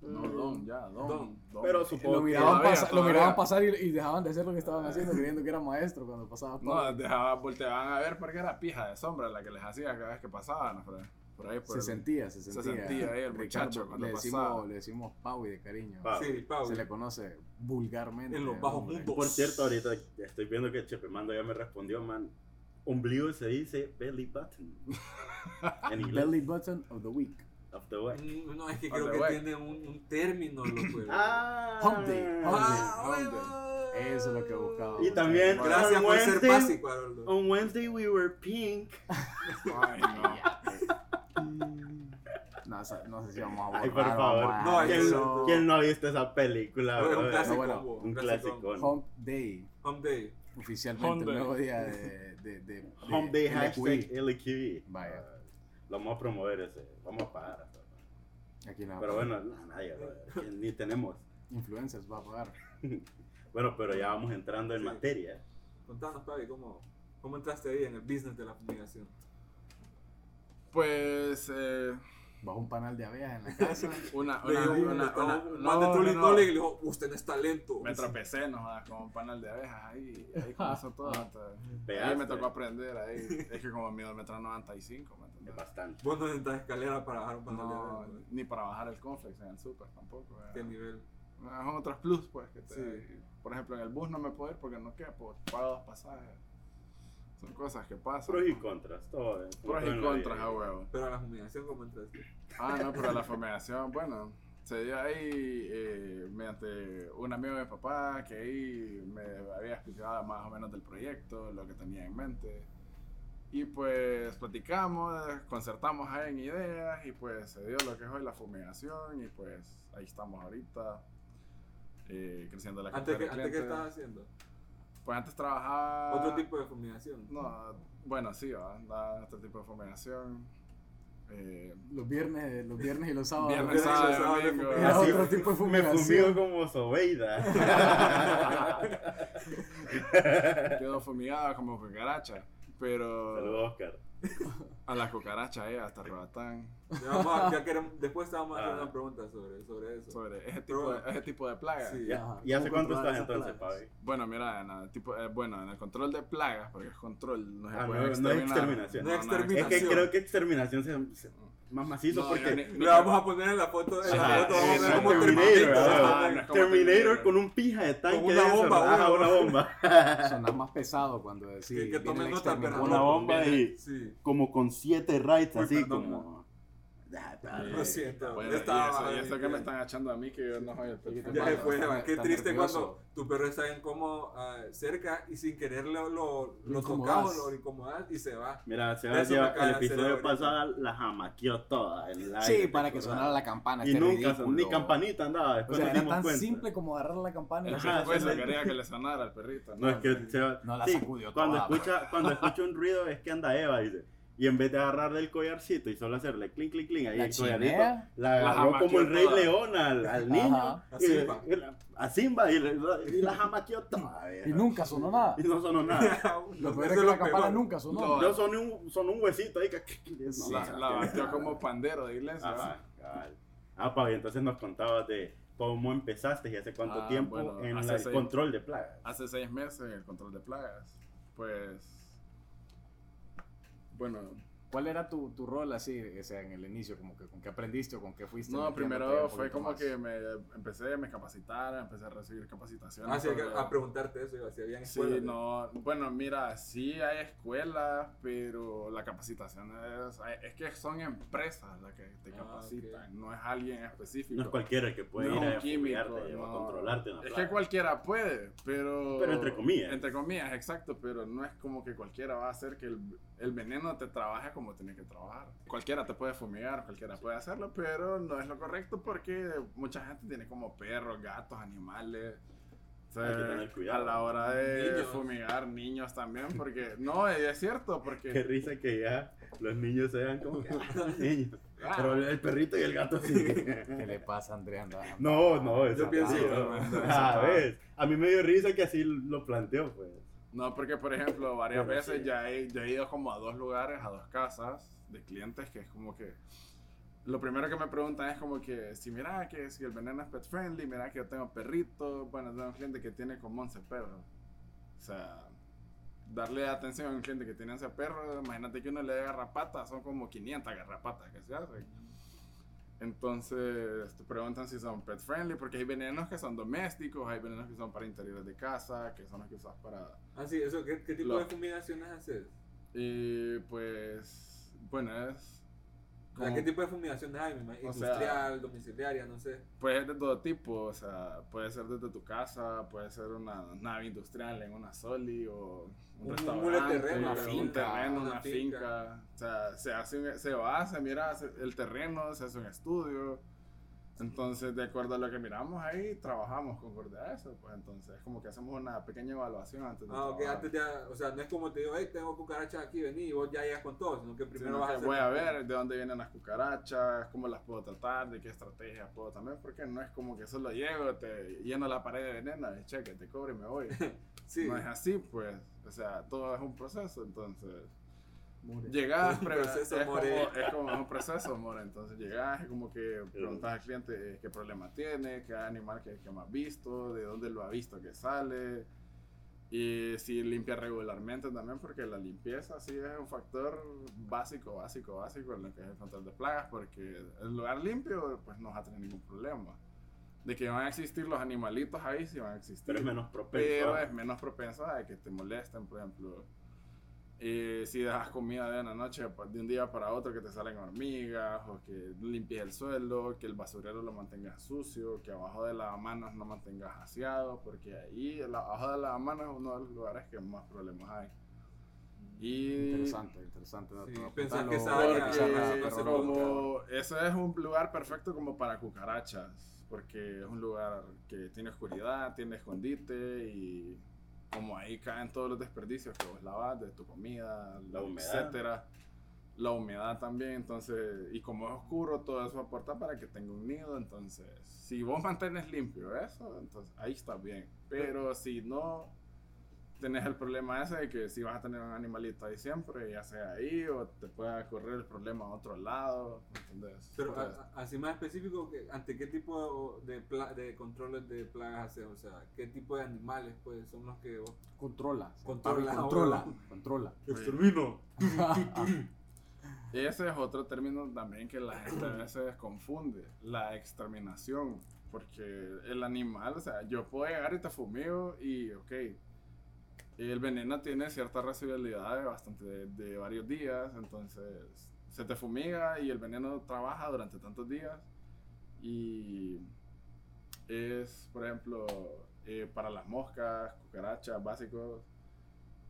S4: No, don, ya, don.
S2: Don.
S4: don.
S1: Pero
S3: Lo
S1: supongo que.
S3: miraban,
S4: todavía,
S3: pasar, lo
S4: todavía.
S3: miraban pasar y, y dejaban de hacer lo que estaban haciendo creyendo que era maestro cuando pasaba por
S4: No, dejaba, volteaban a ver porque era pija de sombra la que les hacía cada vez que pasaban. Por ahí, por ahí por
S3: se
S4: el-
S3: sentía, se
S4: se
S3: sentía.
S4: sentía ahí el
S3: Ricardo,
S4: muchacho cuando
S3: le
S4: pasaba.
S3: decimos, le decimos Paui de cariño.
S1: Pau. Ah,
S2: sí, Pau.
S3: Se le conoce vulgarmente.
S2: En los bajos
S3: hombre.
S2: mundos.
S1: Por cierto, ahorita estoy viendo que Chepemando ya me respondió, man. Ombligo se dice belly button. En inglés.
S3: Belly button of the week.
S1: of the way.
S2: Mm, No, es que
S4: On
S2: creo
S4: the
S2: que
S4: way.
S2: tiene un, un término, loco. güey.
S1: Ah,
S3: Hump day, hump
S2: Ah,
S3: Hombre,
S2: güey, güey.
S3: Eso es lo que buscaba.
S1: Y también-
S2: Gracias
S1: On
S2: por ser
S1: Wednesday-
S2: básico, Haroldo.
S1: On Wednesday we were pink.
S4: Ay, no.
S3: No, sé- no sé si vamos a borrar.
S1: Ay, por favor.
S3: mamá,
S2: No,
S1: ¿Quién,
S2: Ah, eso-
S1: quién no ha visto esa película,
S2: Fue
S1: bro?
S2: un clásico.
S3: bueno,
S2: bo,
S1: Ah, Un clásico.
S3: Hump Day,
S2: Hump Day.
S3: oficialmente
S4: Hump
S3: el
S4: Day.
S3: nuevo día de, de, de, de
S1: Home Day
S3: LQI.
S1: hashtag
S2: E.
S1: LQI.
S3: Vaya.
S1: Lo vamos a promover ese. Vamos a pagar. hasta.
S3: Aquí no.
S1: Pero Ah, bueno, no, nadie, bro. ¿Quién- ni tenemos.
S3: Influencers va a pagar.
S1: Bueno, pero ya vamos entrando en
S2: Sí.
S1: materia.
S2: Contanos, Pavi, ¿cómo, ¿cómo entraste ahí en el business de la fumigación?
S4: Pues, eh,
S3: Bajo un panal de abejas en la casa.
S4: una,
S2: Le
S4: una,
S2: digo,
S4: una,
S2: una,
S4: una,
S2: una,
S4: no,
S2: más de
S4: no,
S2: Tuli
S4: no.
S2: Tole y le dijo, usted no es talento.
S4: Me tropecé, no jodas, con un panel de abejas ahí, ahí comenzó todo. hasta- Ahí
S1: Pegaste.
S4: me tocó aprender, ahí. Es que como mido el metro 95, ¿me
S1: Es
S4: entendés?
S1: bastante.
S2: Vos no necesitas escalera para bajar un panel de
S4: No,
S2: abejas, güey.
S4: ni para bajar el complex en el super tampoco. ¿verdad?
S2: Qué nivel.
S4: Ah, Son otros plus, pues. Que te,
S2: Sí.
S4: Por ejemplo, en el bus no me puedo ir porque no quepo, pago dos pasajes. Son cosas que pasan.
S1: Pros y
S4: ¿no?
S1: contras, todo. eh, como todo
S4: Pros y
S1: en la vida.
S4: contras, ah, a huevo.
S2: Pero a la fumigación, ¿cómo entraste?
S4: Ah, no, pero la fumigación, bueno, se dio ahí eh, mediante un amigo de mi papá que ahí me había explicado más o menos del proyecto, lo que tenía en mente. Y pues platicamos, concertamos ahí en ideas y pues se dio lo que es hoy la fumigación y pues ahí estamos ahorita eh, creciendo la
S2: ¿Antes, que,
S4: cartera de
S2: antes qué
S4: clientes.
S2: estabas haciendo?
S4: Pues antes trabajaba...
S2: Otro tipo de fumigación.
S4: Ah. No, bueno, sí, va, da otro tipo de fumigación. Eh,
S3: Los viernes, los viernes y los sábados.
S4: Viernes,
S2: Viernes,
S4: sábado,
S2: sábado,
S4: domingo.
S1: Pero
S3: Era
S1: así
S3: otro tipo de
S1: Me fumigo
S3: fumigación.
S1: como Sobeida.
S4: Quedó fumigada como cucaracha. Pero
S1: Saludos, Oscar.
S4: a las cucarachas, eh, hasta Roatán.
S2: Ya, vamos a- ya queremos- después te vamos a hacer
S1: Ah.
S2: una pregunta sobre, sobre eso.
S4: Sobre ese tipo, de, ese tipo de plagas.
S2: Sí.
S1: Ya-
S3: Ajá,
S1: ¿Y hace
S3: ¿cómo
S1: cuánto estás
S3: controlar esas
S1: entonces,
S3: plagas?
S1: Pavi?
S4: Bueno, mira, en el, tipo, eh, bueno, en el control de plagas, porque es control, no se
S1: Ah,
S4: puede
S1: no, no es
S4: exterminar.
S1: exterminación.
S2: No es
S1: Es que
S2: Exterminación.
S1: creo que exterminación se, se- más macizo
S4: No,
S1: porque
S4: yo ni-
S2: Lo vamos a poner en la foto. En
S1: Ajá,
S2: la foto vamos a
S1: es
S2: ver cómo
S1: Terminator,
S2: Terminator,
S1: ah,
S2: ¿sabes?
S4: no es como
S1: Terminator
S4: Terminator.
S1: con un pija de tanque
S2: una
S1: de esos,
S2: bomba,
S1: ajá,
S2: güey.
S1: una bomba.
S3: Sonás más pesado cuando decís.
S2: Que- que
S3: viene el
S2: tomen nota,
S3: exterminador.
S2: pero-
S1: Una bomba y
S2: Sí,
S1: como con siete raids
S2: Uy,
S1: así
S2: perdón,
S1: como. Ah,
S4: Eh,
S1: padre.
S2: lo siento.
S4: bueno, y
S2: estaba
S4: eso, y
S2: ahí.
S4: eso que me están echando a mí, que yo no soy el perfil.
S2: Ya se
S3: Está-
S2: fue,
S3: está-
S2: man. Qué
S3: está
S2: triste
S3: nervioso.
S2: cuando tu perro está incómodo ah, cerca y sin querer lo, lo,
S3: Lo
S2: lo
S3: incomodas.
S2: tocamos, lo incomodas y se va.
S1: Mira, se
S2: Eso me
S1: lleva-
S2: acaba
S1: el
S2: de hacer
S1: episodio
S2: ahorita.
S1: pasado la jamaqueó toda. en el
S3: Sí,
S1: aire,
S3: para que
S1: ¿verdad?
S3: sonara la campana.
S1: Y
S3: este
S1: nunca,
S3: ridículo.
S1: son- ni campanita andaba.
S3: O
S1: Después
S3: sea,
S1: nos
S3: era
S1: dimos
S3: tan
S1: cuenta.
S3: simple como agarrar la campana y
S4: El
S1: Ajá, pues,
S4: pescuezo
S1: sí, sí.
S4: quería que le sonara al perrito.
S1: No, es que se va-
S3: No la
S1: sí,
S3: sacudió
S1: cuando
S3: toda,
S1: escucha Cuando escucha un ruido es que anda Eva, dice. Y en vez de agarrar del collarcito y solo hacerle clink, clink, clink, ahí
S3: La
S1: el collarito,
S3: chinea.
S1: la
S4: La
S1: agarró como el
S4: jamaqueó
S1: rey
S4: toda.
S1: león al, al niño.
S3: Ajá.
S1: y-
S2: A Simba.
S1: y la- a Simba y, le- y la jamaqueó toda. vieja.
S3: Y nunca sonó nada.
S1: Y no sonó nada.
S3: Ah, Lo peor
S2: Eso
S3: es que
S2: lo
S3: la campana
S2: peor.
S3: nunca sonó.
S1: Yo soné un, soné un huesito ahí que... que-
S3: Sí,
S4: la, la batió como pandero de iglesia.
S1: Ajá, cabal. Ah, Pavi, entonces nos contabas de cómo empezaste y hace cuánto
S4: Ah,
S1: tiempo
S4: bueno,
S1: en
S4: hace
S1: la- el
S4: seis-
S1: control de plagas.
S4: hace seis meses en el control de plagas. Pues. Bueno,
S3: ¿Cuál era tu, tu rol así, o sea, en el inicio? Como que, ¿Con qué aprendiste o con qué fuiste?
S4: no,
S3: metiéndote
S4: primero
S3: un
S4: fue
S3: poquito
S4: como
S3: más?
S4: que me empecé, me capacitaron, empecé a recibir capacitaciones.
S2: Ah, sí, hay que-
S4: sobre-
S2: a preguntarte eso, iba, si habían
S4: Sí,
S2: escuelas.
S4: no, bueno, mira, sí hay escuelas, pero la capacitación es, es que son empresas las que te
S2: Ah,
S4: capacitan, no es alguien específico.
S1: No es cualquiera que puede
S4: No,
S1: ir a
S4: un químico,
S1: fumigarte o a
S4: no.
S1: controlarte una
S4: Es
S1: plaga.
S4: que cualquiera puede, pero...
S1: Pero entre comillas.
S4: Entre comillas, exacto, pero no es como que cualquiera va a hacer que el, el veneno te trabaje como tiene que trabajar. Cualquiera te puede fumigar, cualquiera puede hacerlo, pero no es lo correcto porque mucha gente tiene como perros, gatos, animales. O sea,
S1: Hay que tener cuidado.
S4: A la hora de
S2: Niños.
S4: fumigar niños también, porque no, es cierto, porque
S1: Qué risa que ya los niños sean como que "Ah, los niños.
S4: Ah.
S1: Pero el perrito y el gato sí.
S3: ¿Qué le pasa a Andrea? Anda-
S1: No, no, eso
S2: Yo pienso
S1: no.
S2: que no,
S4: no, eso
S1: Ah,
S4: no.
S1: ves, A mí me dio risa que así lo planteó, pues.
S4: No, porque por ejemplo, varias
S1: Bueno,
S4: veces
S1: sí.
S4: ya he, ya he ido como a dos lugares, a dos casas de clientes que es como que lo primero que me preguntan es como que si mira que si el veneno es pet friendly, mira que yo tengo perritos, bueno, tengo un cliente que tiene como 11 perros. O sea, darle atención a un cliente que tiene 11 perros, imagínate que uno le dé garrapatas, son como 500 garrapatas que se hacen. Entonces te preguntan si son pet friendly, porque hay venenos que son domésticos, hay venenos que son para interiores de casa, que son los que usas para
S2: Ah, sí, eso, ¿qué, qué tipo
S4: Lo-
S2: de fumigaciones haces?
S4: y pues, bueno, es
S2: O sea,
S4: Como-
S2: ¿Qué tipo de fumigaciones hay? Me imagino,
S4: O sea-
S2: Industrial, domiciliaria, no sé.
S4: Puede ser de todo tipo, o sea, puede ser desde tu casa, puede ser una nave industrial en una soli o un,
S2: Un muro de
S4: restaurante,
S2: terreno,
S4: una
S3: pero
S4: finca, un
S3: una-
S4: terreno,
S2: una
S4: una,
S2: finca.
S4: finca. O sea, se, hace un- se va, se mira se- el terreno, se hace un estudio. Entonces, de acuerdo a lo que miramos ahí, trabajamos concorde a eso. Pues entonces, como que hacemos una pequeña evaluación antes de
S2: Ah, ok,
S4: trabajar.
S2: antes ya, o sea, no es como te digo, hey, tengo cucarachas aquí, vení, y vos ya llegas con todo, sino que
S4: Sino
S2: primero vas
S4: que
S2: a hacer...
S4: voy a ver de dónde vienen las cucarachas, cómo las puedo tratar, de qué estrategias puedo también, porque no es como que solo llego, te lleno la pared de veneno, y cheque, te cobro y me voy.
S2: Sí,
S4: No es así, pues. O sea, todo es un proceso, entonces.
S3: Mure.
S4: Llegás,
S2: Un
S4: pre-
S2: proceso,
S4: es, como,
S2: more.
S4: es como es un proceso, amor. Entonces llegás, es como que preguntas al cliente eh, qué problema tiene, qué animal que, que más visto, de dónde lo ha visto que sale, y si limpia regularmente también, porque la limpieza sí es un factor básico, básico, básico en lo que es el control de plagas, porque el lugar limpio pues no va a tener ningún problema. De que van a existir los animalitos ahí, sí van a existir
S1: Pero es menos propenso.
S4: pero
S1: ah.
S4: es menos propenso a que te molesten, por ejemplo. Eh, si dejas comida de una noche, pa- de un día para otro, que te salen hormigas, o que limpies el suelo, que el basurero lo mantengas sucio, que abajo de las manos no mantengas aseado, porque ahí, el- abajo de las manos es uno de los lugares que más problemas hay. Y
S3: Interesante, interesante. dato.
S2: Sí,
S3: Apuntarlo,
S2: pensar que esa área-
S3: porque esa
S4: porque
S2: esa
S3: perro nunca-
S4: como eso es un lugar perfecto como para cucarachas porque es un lugar que tiene oscuridad tiene escondite y como ahí caen todos los desperdicios que vos lavas de tu comida
S1: La humedad.
S4: etcétera la humedad también entonces y como es oscuro todo eso aporta para que tenga un nido entonces si vos mantienes limpio eso entonces ahí está bien pero si no tenés el problema ese de que si vas a tener un animalito ahí siempre, ya sea ahí o te pueda correr el problema a otro lado, ¿entendés?
S2: pero
S4: Entonces,
S2: a- a- así más específico, que- ¿ante qué tipo de, pla- de controles de plagas haces? O sea, ¿qué tipo de animales pues son los que vos...
S3: Controla.
S2: Controla,
S3: Papi, controla.
S2: ahora.
S3: Controla.
S4: pues,
S2: ¡Extermino!
S4: ese es otro término también que la gente a veces confunde, la exterminación, porque el animal, o sea, yo puedo llegar y te fumigo y, ok, el veneno tiene cierta residualidad de bastante, de, de varios días, entonces se te fumiga y el veneno trabaja durante tantos días y es, por ejemplo, eh, para las moscas, cucarachas, básicos,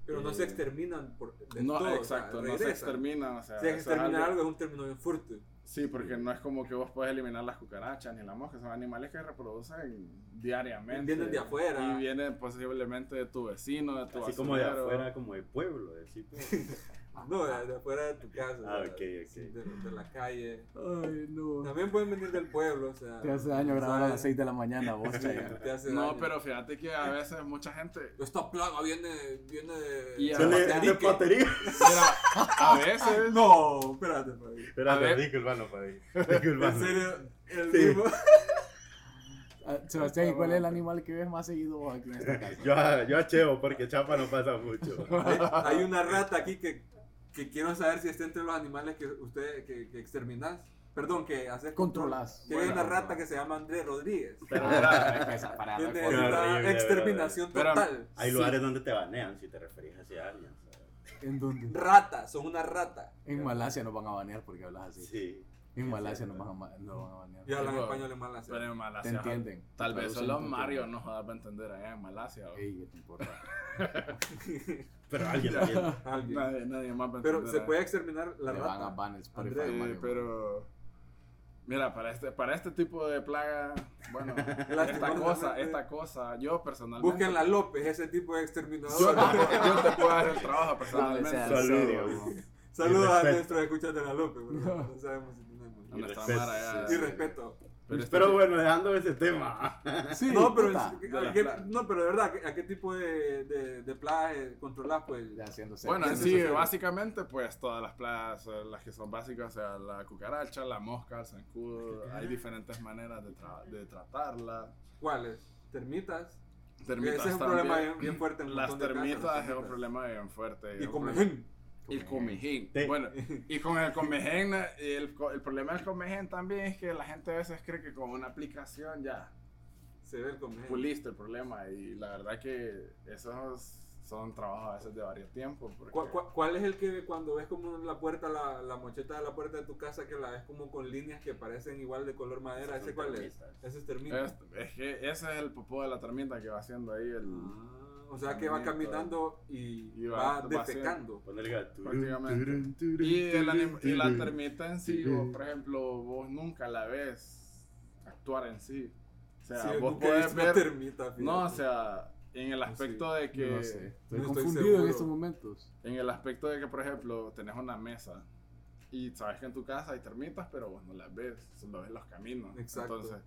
S2: Pero no se
S4: Eh,
S2: exterminan por, del
S4: no,
S2: todo, o sea,
S4: exacto, no se
S2: regresan.
S4: exterminan, o sea,
S2: Si hay que
S4: eso es
S2: exterminar
S4: algo-
S2: algo es un término bien fuerte.
S4: Sí, porque no es como que vos puedes eliminar las cucarachas ni las moscas, son animales que reproducen diariamente.
S2: Vienen de afuera.
S4: Y vienen posiblemente de tu vecino, de tu
S1: Así como de
S4: basurero.
S1: afuera, como de pueblo. así, pues.
S4: Ah,
S2: No, de, de afuera de tu casa.
S1: Ah,
S2: o sea,
S1: ok, ok.
S2: sí, De, de la calle.
S3: Ay, no.
S2: También pueden venir del pueblo, o sea.
S3: Te hace daño grabar a las
S2: ¿sabes?
S3: 6 de la mañana, vos, Chayanne.
S2: Sí, te hace
S4: No,
S2: daño.
S4: pero fíjate que a veces mucha gente.
S2: Esta plaga viene, viene de.
S4: Y a-
S1: Yo le-
S2: Paterique.
S1: de patería.
S4: Mira, a veces.
S2: No, espérate, Fabi.
S1: Era
S4: A ver.
S1: disculpalo, Fabi. Disculpalo.
S2: En serio, el
S1: Sí.
S2: mismo.
S3: Ah, Sebastián, ¿y cuál es el animal que ves más seguido vos aquí en esta casa?
S1: Yo, a- yo a Cheo, porque Chapa no pasa mucho.
S2: Hay, hay una rata aquí que, que quiero saber si está entre los animales que usted que, que exterminás. Perdón, que haces control.
S3: Controlás.
S2: Que hay una
S4: Bueno,
S2: rata que se llama Andrés Rodríguez.
S4: Pero
S3: Ah,
S4: mira,
S3: es que esa parada
S2: Tiene
S3: de
S1: Qué
S2: esta
S1: horrible,
S2: exterminación
S4: verdad. Pero-
S2: total.
S1: Hay
S4: Sí.
S1: lugares donde te banean si te referís hacia alguien. ¿sabes?
S3: ¿En dónde?
S2: Rata, son una rata.
S3: En Malasia nos van a banear porque hablas así.
S1: Sí.
S3: En Malasia nos van a, ma- nos van a banear.
S2: Y hablan
S4: Sí,
S2: español en Malasia.
S4: pero en
S3: Te
S4: Malasia.
S3: entienden.
S4: Tal vez
S3: Traducen,
S4: solo
S3: te
S4: Mario
S3: entienden.
S4: no va a entender allá en Malasia. ¿o?
S3: Ey, ¿qué te importa?
S1: Pero alguien también.
S2: Alguien.
S4: Nadie, nadie más va a entender. eh.
S2: Pero se
S4: allá.
S2: puede exterminar la
S3: Le van a
S2: rata.
S3: ban el Spotify
S2: Andrés,
S3: de
S4: Sí,
S3: Mario.
S4: pero. Mira, para este, para este tipo de plaga, bueno, esta
S2: Lastimosamente.
S4: cosa, esta cosa, yo personalmente.
S2: Busquen la López, ese tipo de
S4: Yo,
S2: exterminador.
S4: yo te puedo dar el trabajo
S3: Suave sea
S4: personalmente.
S3: el
S1: Saludos.
S3: sorbo,
S2: Saludos a
S1: respeto.
S2: nuestros escuchas de la López, bro. No sabemos si
S4: No,
S2: tenemos.
S4: no está
S1: respeto.
S4: mal allá.
S2: Y respeto.
S4: Pero,
S1: Pero este
S4: bueno.
S1: bueno, dejando ese tema.
S3: ¿no? Sí,
S2: no, pero,
S3: puta.
S2: es-
S4: de
S2: ¿a qué-
S4: la-
S2: no, pero de verdad, ¿a qué- ¿a qué tipo de, de, de plagas eh, controlás? Pues,
S3: Ya haciéndose-
S4: Bueno, en
S3: haciéndose-
S4: sí,
S2: Entonces,
S4: básicamente, pues todas las plagas, eh, las que son básicas, o sea, la cucaracha, la mosca, el zancudo, hay diferentes maneras de, tra- de tratarla.
S2: ¿cuáles? ¿Termitas?
S4: Termitas
S2: Ese es un
S4: también.
S2: problema bien, bien fuerte en un
S4: Las
S2: montón de casas,
S4: termitas
S2: las
S4: es un problema bien fuerte.
S2: Y
S4: un
S2: como
S4: problema-
S3: Como
S4: Y el comején.
S1: Sí.
S4: Bueno, y con el comején, el, co- el problema del comején también es que la gente a veces cree que con una aplicación ya
S2: se ve el comer.
S4: puliste el problema. Y la verdad que eso es son trabajos a veces de varios tiempos. Porque
S2: ¿Cuál, cuál, cuál es el que cuando ves como la puerta, la, la mocheta de la puerta de tu casa, que la ves como con líneas que parecen igual de color madera?
S1: Esos son
S2: ¿Ese cuál es?
S1: termitas.
S2: Ese es termita.
S4: es, es que ese es el popó de la termita que va haciendo ahí el.
S2: Ah, o sea que va caminando y,
S4: Y
S2: va,
S4: va- va
S2: defecando.
S1: Poner gato.
S4: Prácticamente.
S3: Ah.
S4: Y, el anim- y la termita en sí, vos, por ejemplo, vos nunca la ves actuar en sí. O sea,
S2: Sí,
S4: vos
S2: nunca he
S4: podés
S2: visto una
S4: ver.
S2: termita, fíjate.
S4: no, o sea, en el aspecto de que.
S3: No sé, Estoy
S2: No estoy
S3: confundido
S2: seguro.
S3: en estos momentos.
S4: En el aspecto de que, por ejemplo, tenés una mesa y sabes que en tu casa hay termitas, pero vos no las ves, solo ves los caminos.
S2: Exacto.
S4: Entonces,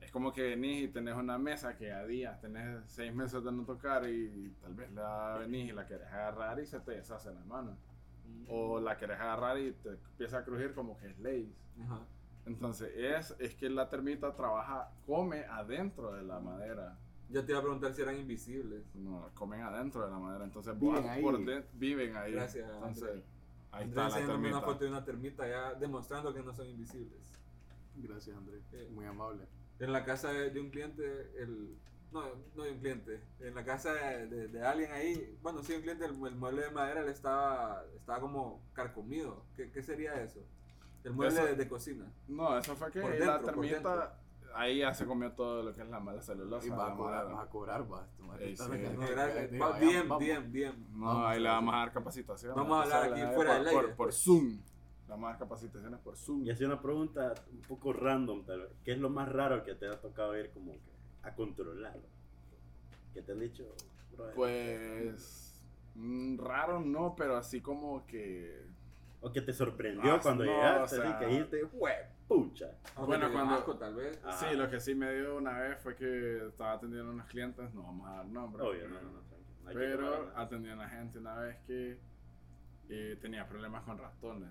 S4: es como que venís y tenés una mesa que a días tenés seis meses de no tocar y tal vez la venís y la querés agarrar y se te deshace en la mano.
S2: Mm.
S4: O la querés agarrar y te empieza a crujir como que es ley.
S2: Ajá.
S4: Entonces, es, es que la termita trabaja, come adentro de la madera.
S2: Ya te iba a preguntar si eran invisibles.
S4: No, comen adentro de la madera. Entonces,
S3: Viven
S4: vos
S3: ahí.
S4: por de- viven ahí.
S2: Gracias,
S4: Entonces,
S2: André.
S4: ahí
S2: Andrés
S4: está la
S2: enseñándome una foto
S4: termita.
S2: de una termita ya demostrando que no son invisibles.
S3: Gracias, Andrés.
S2: Eh.
S3: Muy amable.
S2: En la casa de de un cliente, el. No, no de un cliente. En la casa de, de- de alguien ahí, bueno, sí, un cliente, el, el mueble de madera le estaba, estaba como carcomido. ¿Qué, qué sería eso? El mueble
S4: Eso-
S2: de, de cocina.
S4: No, eso fue que
S2: Por
S4: la
S2: dentro, por
S4: termita ahí ya se comió todo lo que es la mala celulosa.
S3: Y
S4: la
S3: vas a cobrar,
S4: madera.
S3: vas a cobrar, vas. tu madre
S4: Ey,
S3: está
S4: Eh, sí.
S3: recargada.
S2: No, era-
S4: eh,
S3: Espérate,
S2: va-
S3: vaya,
S2: bien,
S3: vamos.
S2: bien, bien.
S4: No,
S3: Vamos,
S4: ahí le
S3: sí,
S4: vamos
S3: sí.
S4: a dar capacitaciones.
S2: Vamos a
S4: O sea,
S2: hablar
S4: le
S2: aquí
S4: dar
S2: fuera
S4: por,
S2: del aire.
S4: Por, por Zoom. Le vamos a dar capacitaciones por Zoom.
S1: Y hacía una pregunta un poco random, tal vez. ¿Qué es lo más raro que te ha tocado ir como que a controlar? ¿Qué te han dicho? brother?
S4: Pues. mm, Raro no, pero así como que.
S1: ¿O que te sorprendió
S4: Ah,
S1: cuando
S4: no,
S1: llegaste?
S4: o sea-
S1: así que dijiste, "Jue pucha!
S2: Aunque
S4: Bueno,
S2: te dé
S4: cuando-
S2: asco, tal vez.
S1: Ah.
S4: Sí, lo que sí me dio una vez fue que estaba atendiendo a unos clientes, no vamos a dar nombres.
S1: Obvio,
S4: pero-
S1: no, no, no, tranquilo. no hay que
S4: Pero
S1: comparar nada.
S4: atendí a una gente una vez que eh, tenía problemas con ratones.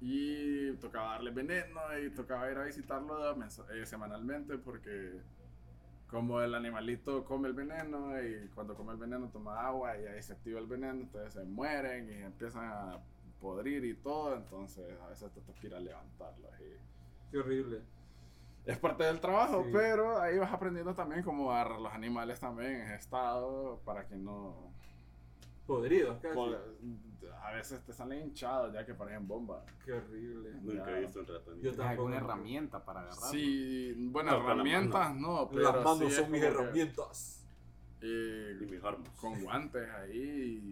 S4: Y tocaba darle veneno y tocaba ir a visitarlo mensa- eh, semanalmente porque como el animalito come el veneno y cuando come el veneno toma agua y ahí se activa el veneno, entonces se mueren y empiezan a podrir y todo, entonces a veces te toca ir a levantarlos. y-
S2: Qué horrible.
S4: es parte del trabajo,
S2: Sí.
S4: pero ahí vas aprendiendo también cómo agarrar los animales también en estado para que no...
S2: Podridos, casi.
S4: Pod- A veces te salen hinchados ya que parecen bombas.
S2: Qué horrible.
S1: Nunca
S4: Ya.
S1: he visto un ratón.
S2: Yo
S3: Tienes alguna
S2: tampoco.
S3: herramienta para agarrar.
S4: Sí, bueno,
S1: No, con la
S4: herramientas no, pero
S2: Las manos
S4: sí es
S2: son mis
S4: como que,
S2: herramientas.
S4: eh,
S1: Y mis armas.
S4: con guantes ahí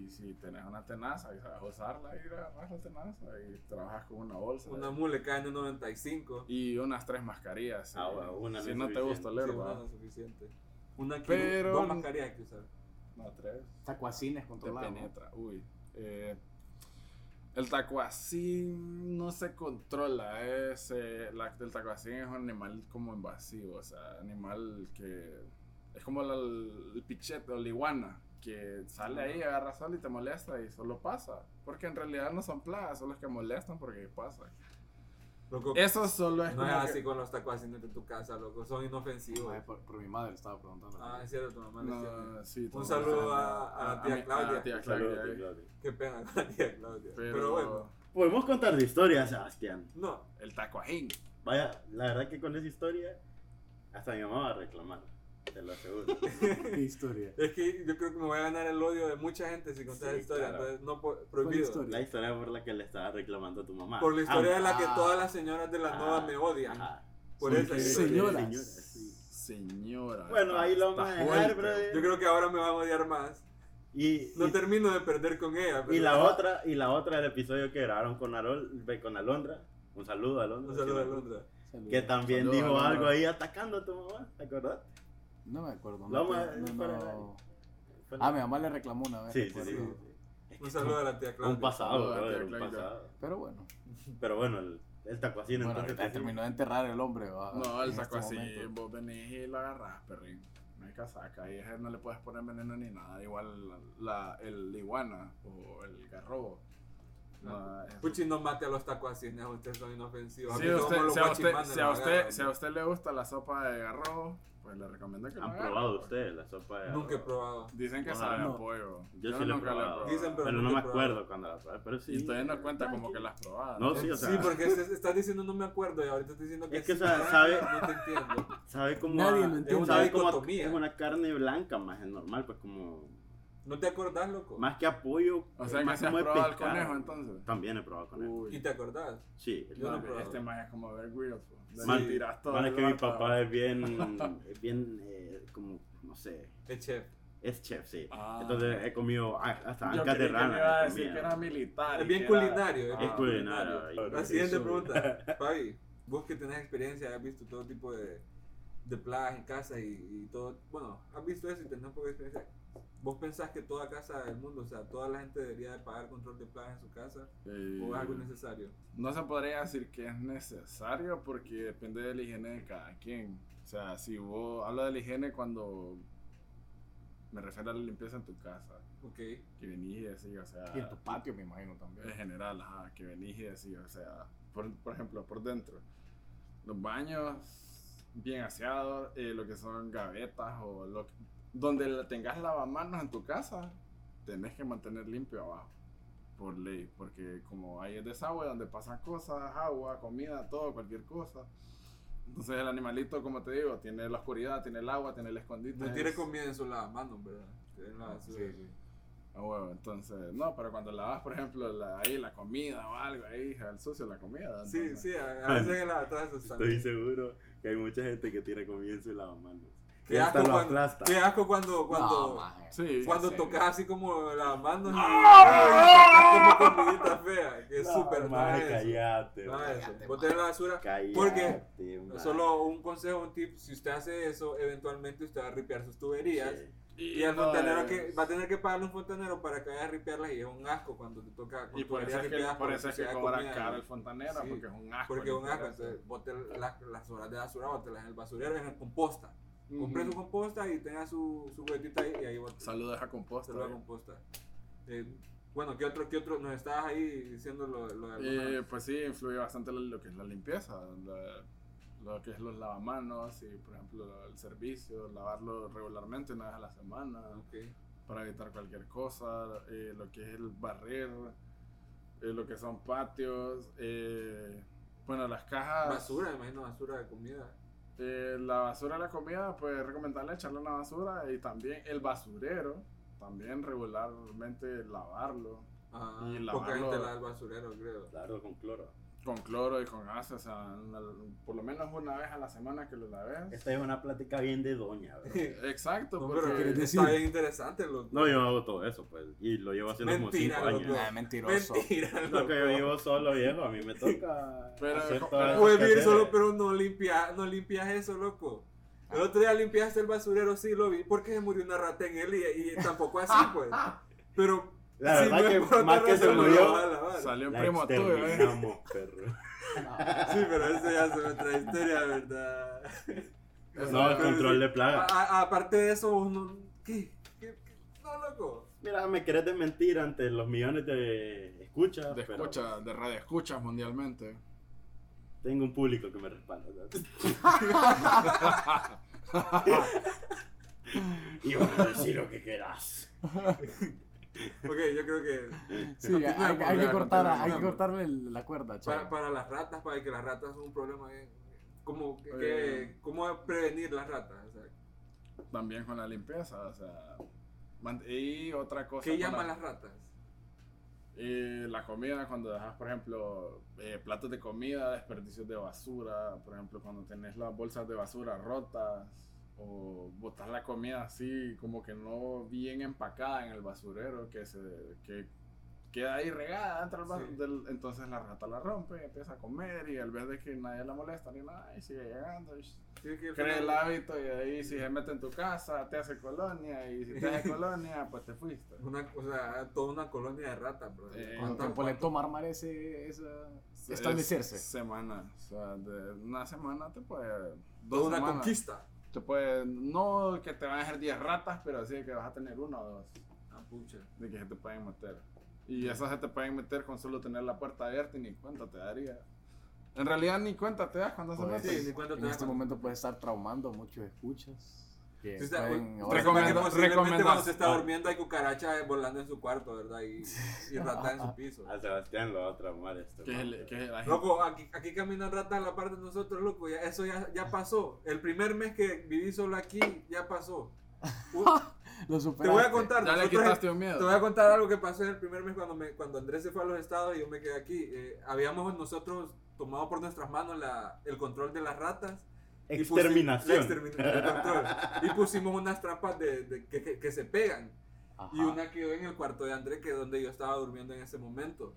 S4: y si tenés una tenaza y sabes usarla y agarras la tenaza y trabajas con una bolsa
S2: Una mule cae en un 95.
S4: y unas tres mascarillas.
S1: Ah,
S4: eh,
S1: bueno, una
S4: si
S1: no es
S4: no te gusta
S1: suficiente.
S4: leer,
S2: Sí, una
S4: va.
S2: no es suficiente. Una que
S4: Pero-
S2: dos mascarillas hay que usar.
S4: no tres.
S3: Tacuacines
S4: te
S3: controlados.
S4: penetra. Uy. eh, el tacuacín no se controla. Es, eh, la- el tacuacín es un animal como invasivo. O sea, animal que. Es como la- el pichete o la iguana. Que sale ahí, agarra sol y te molesta y solo pasa. Porque en realidad no son plagas, son los que molestan porque pasa.
S2: Loco,
S4: Eso solo es
S2: no
S4: como
S2: es
S4: que-
S2: así con los tacuacines de tu casa, loco. Son inofensivos.
S3: Ay, por, por mi madre estaba preguntando.
S2: Ah, es cierto, tu mamá les tiene.
S4: No, sí, todo
S2: saludo
S4: bien.
S2: a- a la
S4: mi-
S2: tía Claudia.
S4: tía
S1: Un saludo,
S4: Claudia,
S1: tío
S4: eh.
S1: Claudio.
S2: Qué pena con la tía Claudia. Pero,
S4: Pero,
S2: bueno,
S1: Podemos contar de historia, Sebastián.
S2: no.
S4: el tacuajín.
S1: Vaya, la verdad que con esa historia, hasta mi mamá va a reclamar. Te lo aseguro.
S3: Qué historia.
S2: Es que yo creo que me voy a ganar el odio de mucha gente si contar
S1: Sí,
S2: la historia.
S1: claro.
S2: Entonces, no po- prohibido.
S3: historia?
S1: la historia por la que le estaba reclamando a tu mamá.
S2: Por la historia de
S1: Ambas.
S2: la que
S3: Ah.
S2: todas las señoras de la
S1: Ah.
S2: nueva me odian.
S1: Ajá.
S2: Por
S4: Sí,
S2: esa
S4: sí,
S2: historia.
S3: señora.
S1: Señoras.
S4: Señora.
S1: Bueno,
S4: está-
S1: ahí lo vamos
S4: está
S1: a dejar,
S4: fuerte.
S1: brother.
S2: Yo creo que ahora me van a odiar más.
S1: Y,
S2: No
S1: y-
S2: termino de perder con ella.
S1: y
S2: pero-
S1: la otra, y la otra del episodio que grabaron con, Arol, ve, con Alondra. Un saludo a Alondra.
S2: Un saludo a Londra.
S3: Saludos.
S1: Que también
S4: Saludo a
S1: dijo
S4: Alondra.
S1: algo ahí atacando a tu mamá, ¿te acordás?
S3: No me acuerdo. No,
S1: Lo vamos
S3: tengo-
S1: a-
S3: no,
S1: para-
S3: no.
S1: Fue la-
S3: Ah, mi mamá le reclamó una vez.
S1: Sí, sí,
S3: recuerdo.
S1: sí.
S2: acuerdo.
S1: sí, sí. Es
S2: Un
S1: que
S2: saludo a la tía Claudia.
S1: Un pasado,
S4: Saludo a la
S1: brother,
S4: tía
S1: un
S4: Claudia.
S1: pasado.
S3: Pero bueno,
S1: Pero bueno, el, el tacuacín
S3: bueno
S1: entonces. te
S3: ahorita
S1: sirve.
S3: terminó de enterrar el hombre. va,
S4: No, el
S3: en
S4: saco
S3: este
S4: así,
S3: momento.
S4: vos venís y lo agarrás, perrín. No hay casaca, y ese no le puedes poner veneno ni nada. Igual la, la- el iguana o el garrobo.
S1: Ah.
S4: No, eso-
S2: Puchi, no mate a los tacuacines, ustedes son inofensivos.
S4: Si
S2: Aquí
S4: a
S2: somos
S4: usted-
S2: los
S4: si a usted-
S2: guachimanes,
S4: si a
S2: nos
S4: usted-
S2: agarran.
S4: si a usted le gusta la sopa de garrobo, pues le recomiendo que lo
S1: ¿Han
S4: agarre,
S1: probado
S4: pues.
S1: ustedes la sopa de
S2: Nunca he
S1: arroz?
S2: probado.
S4: Dicen que
S1: No,
S4: sabe
S3: no.
S4: a pollo.
S1: Yo, sí la he
S4: nunca la he
S1: probado.
S2: Dicen,
S1: pero
S2: pero
S1: no
S2: nunca
S1: me
S2: he probado.
S1: acuerdo cuando la probé, pero sí.
S4: Y todavía no cuenta como que la has probado.
S1: No,
S2: Sí,
S1: sí, o sea.
S2: porque es- es- estás diciendo no me acuerdo y ahorita estás diciendo que
S1: Es que,
S2: sí,
S1: o sea,
S2: ¿verdad?
S1: sabe-
S2: No te entiendo.
S1: Sabe como
S3: Nadie
S1: a-
S3: lo
S1: es
S3: entiende.
S1: sabe como a-
S2: Dicotomía.
S1: es una carne blanca más es normal, pues como
S2: ¿No te acordás, loco?
S1: Más que apoyo,
S4: Pues. O sea, que
S1: más
S4: se has
S1: como de
S4: probado al
S1: pescado.
S4: conejo entonces. Uh,
S1: También he probado con él.
S2: ¿Y
S4: Uy,
S2: te acordás?
S1: Sí, el
S2: Yo no
S1: ramen.
S2: probé.
S4: este man es como ver Grylls. po. Le
S1: Man,
S4: tiras todo
S1: Man, es
S4: el
S1: que mi
S4: rato.
S1: papá es bien, es bien, eh, como, no sé,
S2: El chef.
S1: es chef, sí.
S4: Ah.
S1: Entonces he comido a- hasta
S4: Yo
S1: ancas de
S4: creí que me iba
S1: rana.
S4: a
S1: he
S4: decir que era
S1: comido.
S4: militar. y
S2: Es bien
S4: que era-
S2: culinario.
S4: Ah,
S1: Es culinario.
S2: La siguiente pregunta, Fabi, vos que tenés experiencia, has visto todo tipo de, de plagas en casa y, y todo, bueno, has visto eso y tenés un poco de experiencia. ¿Vos pensás que toda casa del mundo, o sea, toda la gente debería de pagar control de plagas en su casa
S4: Eh,
S2: o es algo necesario?
S4: No se podría decir que es necesario porque depende de la higiene de cada quien. O sea, si vos hablo de la higiene cuando me refiero a la limpieza en tu casa,
S2: Ok,
S4: que venís y decís, o sea,
S3: Y en tu patio, me imagino también.
S4: en
S2: Eh,
S4: general, ajá, que venís y decís, o sea, por, por ejemplo, por dentro, los baños bien aseados, eh, lo que son gavetas o lo que- donde la- tengas lavamanos en tu casa, tenés que mantener limpio abajo, por ley, porque como hay desagüe donde pasan cosas, agua, comida, todo, cualquier cosa. Entonces el animalito, como te digo, tiene la oscuridad, tiene el agua, tiene el escondite.
S2: no tiene
S4: es-
S2: comida en su lavamanos, ¿verdad? En la basura.
S4: Ah, huevo, entonces, no, pero cuando lavas, por ejemplo, la, ahí la comida o algo, ahí al sucio la comida.
S2: Sí,
S4: entonces-
S2: sí, a, a veces en las atrasas
S1: Estoy
S2: también.
S1: seguro que hay mucha gente que tira comida en su lavamanos. Y
S2: Qué
S1: hasta
S2: asco,
S1: lo
S2: cuando,
S1: aplasta.
S2: qué asco cuando,
S3: No,
S2: cuando,
S3: maje.
S4: Sí,
S2: cuando
S3: sí.
S2: tocas así como lavamanos y
S4: ¡Ah!
S2: tocas como comidita fea, que es
S1: No,
S2: súper
S1: man,
S2: mal. eso.
S1: Cállate,
S2: Nada de
S1: man.
S2: eso.
S3: Cállate,
S2: Botar la basura.
S1: Cállate,
S2: Porque
S1: man.
S2: Solo un consejo, un tip. Si usted hace eso, eventualmente usted va a ripear sus tuberías.
S1: Sí.
S2: Y al
S4: eh.
S2: fontanero que va a
S4: tener
S2: tener que pagarle un fontanero para que vaya a ripearlas y es un asco cuando te toca con
S4: Y por eso
S2: tuberías
S4: es que,
S2: ripeadas
S4: por
S2: por
S4: eso es que
S2: suciedad de
S4: cobra
S2: comida,
S4: caro
S2: ¿no?
S4: el fontanero,
S2: Sí,
S4: porque es un asco.
S2: Porque es un asco,
S4: literal.
S2: entonces bote las, las horas de basura, bote las en el basurero, en el composta.
S4: Ujú.
S2: Compre su composta y tenga su, su juguetita ahí y ahí bote.
S4: Saludos a Composta.
S2: Se lo haga composta. Eh, bueno, ¿qué otro, qué otro? Nos estabas ahí diciendo lo, lo de alguna
S4: Eh, pues sí, influye bastante lo, lo que es la limpieza, la- lo que es los lavamanos y, por ejemplo, el servicio, lavarlo regularmente una vez a la semana.
S2: Ok.
S4: para evitar cualquier cosa, eh, lo que es el barrer, eh, lo que son patios, eh, bueno, las cajas,
S2: Basura, imagino basura de comida.
S4: eh, la basura de la comida, pues recomendarle echarle una basura y también el basurero, también regularmente lavarlo
S2: Ah,
S4: Y
S2: poca
S4: lavarlo.
S2: gente lava el basurero, creo.
S1: Claro, con cloro.
S4: con cloro y con gas, o sea, una- por lo menos una vez a la semana que lo laves.
S1: Esta es una plática bien de doña, bro.
S4: Exacto,
S2: No,
S4: porque
S2: pero
S3: ¿quieres
S2: está
S3: decir?
S2: bien interesante, loco.
S1: No, yo hago todo eso, pues. Y lo llevo haciendo
S2: Mentira,
S1: como
S2: loco.
S1: cinco
S3: Nah,
S1: años.
S3: mentiroso.
S2: Mentira,
S1: Lo
S2: loco.
S1: que yo vivo solo, viejo. A mí me toca.
S4: Pero,
S1: hacer
S4: ¿cómo-
S1: todas esas
S2: Puedes vivir
S1: quehaceres.
S2: solo, pero no limpias, no limpias eso, loco. El otro día limpiaste el basurero, sí lo vi, porque se murió una rata en él y, y tampoco así, pues. Pero
S1: La
S2: si
S1: verdad
S2: no es
S1: que
S2: por otra
S1: más que se
S2: razón, no lo
S1: murió,
S2: vas a lavar.
S4: salió un
S1: La
S4: primo tuyo, ¿eh?
S1: exterminamos, perro.
S2: Sí, pero eso ya es otra historia, ¿verdad?
S1: No, el
S2: Pero
S1: control
S2: sí.
S1: de plaga.
S2: A- a- aparte de eso, uno. ¿Qué? ¿Qué? qué? No, loco.
S1: Mira, me querés desmentir ante los millones de escuchas.
S4: de
S1: pero
S4: escucha, de radio escuchas mundialmente.
S1: Tengo un público que me respalda. ¿sabes? y vas a decir lo que quieras.
S2: Ok, yo creo que
S3: Sí, hay, hay que
S4: Continuemos,
S3: cortar,
S4: continuemos.
S3: hay que cortarle el- la cuerda,
S2: para,
S3: chaval.
S2: para las ratas, para que las ratas son un problema. ¿eh? ¿Cómo, que-
S4: Eh.
S2: ¿Cómo prevenir las ratas? O sea,
S4: también con la limpieza, o sea, man- y otra cosa.
S2: ¿Qué
S4: con
S2: llaman
S4: la,
S2: las ratas?
S4: eh, la comida cuando dejas, por ejemplo, eh, platos de comida, desperdicios de basura, por ejemplo, cuando tenés las bolsas de basura rotas o botas la comida así como que no bien empacada en el basurero que se que queda ahí regada dentro del, bas-
S2: Sí.
S4: del- entonces la rata la rompe y empieza a comer y al ver de que nadie la molesta ni nada y sigue llegando y
S2: Sí, que al
S4: Crea el
S2: final-
S4: hábito y ahí si se mete en tu casa, te hace colonia y si te hace colonia, pues te fuiste.
S2: Una, o sea, toda una colonia de ratas, bro.
S4: Eh,
S3: ¿Cuánto
S2: ¿Cuántas-
S3: tiempo le toma armar ese, esa,
S4: Es
S3: establecerse?
S4: Semana, o sea, de una semana te puede... Dos
S2: toda una
S4: semanas.
S2: conquista.
S4: Te puede, no que te van a dejar 10 ratas, pero sí que vas a tener una o dos
S2: Ah, pucha.
S4: de que se te pueden meter. Y esas se te pueden meter con solo tener la puerta abierta y ni cuenta te daría. En realidad ni cuenta te das cuando se
S3: Pues,
S4: meten.
S2: Sí, ni cuenta te
S3: en
S2: das
S3: este
S2: cuenta.
S3: momento puedes estar traumando a muchos escuchas. Que
S2: Sí, está-
S3: pueden-
S2: usted
S3: ahora-
S2: sepa que
S4: Recomenda-
S2: posiblemente cuando se está
S4: recomendación.
S2: durmiendo hay cucarachas volando en su cuarto, ¿verdad? Y, y ratas en su piso.
S1: A Ah, Sebastián lo va a traumar esto.
S4: Que es
S1: man.
S4: el- que es la gente-
S2: Loco, aquí, aquí caminan ratas a la parte de nosotros, loco. Ya, eso ya, ya pasó. El primer mes que viví solo aquí, ya pasó. U-
S3: Lo
S2: Te voy a
S3: superaste.
S2: contar,
S4: Ya le
S2: nosotros-
S4: quitaste un
S2: te
S4: miedo.
S2: voy a contar algo que pasó en el primer mes cuando, me- cuando Andrés se fue a los estados y yo me quedé aquí. Eh, habíamos nosotros tomado por nuestras manos la- el control de las ratas. y pusi-
S1: Exterminación.
S2: la extermin- el control. y pusimos unas trampas de, de- que, que- que se pegan.
S3: Ajá.
S2: Y una quedó en el cuarto de Andrés, que es donde yo estaba durmiendo en ese momento.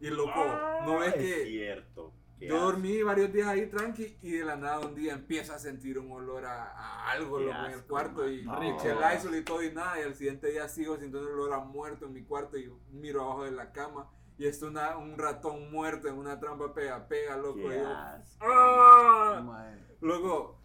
S2: Y loco, no
S1: es
S2: ves que...
S1: cierto. Qué
S2: Yo
S1: asco.
S2: dormí varios días ahí tranqui y de la nada un día empiezo a sentir un olor a, a algo
S1: Qué
S2: loco en el
S1: asco,
S2: cuarto y
S1: man.
S2: eché el
S4: No.
S2: Lysol y todo y nada y al siguiente día sigo sintiendo el olor a muerto en mi cuarto y miro abajo de la cama y está una- un ratón muerto en una trampa pega pega loco
S1: Qué
S2: y yo,
S1: asco.
S2: ¡Ah!
S3: Mae,
S2: Luego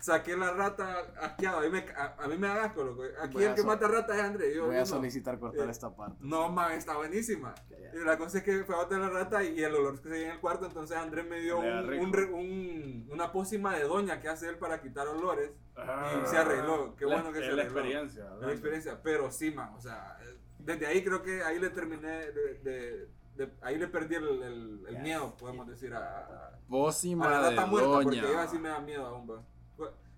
S2: saqué la rata asqueado, a mí me, a, a mí me da asco loco, aquí
S3: Voy a
S2: el que
S3: so-
S2: mata ratas es André, yo,
S3: Voy
S2: yo
S3: a
S2: no.
S3: solicitar cortar
S2: Eh,
S3: esta parte.
S2: No, man, está buenísima. Y la cosa es que fue a botar la rata y el olor que se veía en el cuarto, entonces Andrés me dio
S4: Le da
S2: un-
S4: rico.
S2: un re- un- una pócima de doña que hace él para quitar olores.
S4: Ah.
S2: Y se arregló, qué
S4: La-
S2: bueno que
S4: es
S2: se
S4: la
S2: arregló.
S4: experiencia.
S2: La experiencia, pero sí, man, o sea, eh, desde ahí creo que ahí le terminé, de, de- de- ahí le perdí el, el- el
S1: Ya,
S2: miedo,
S1: sí.
S2: podemos decir, a, a- a
S4: Pócima
S2: la
S4: de
S2: rata muerta, porque
S4: doña.
S2: yo así me da miedo aún, va.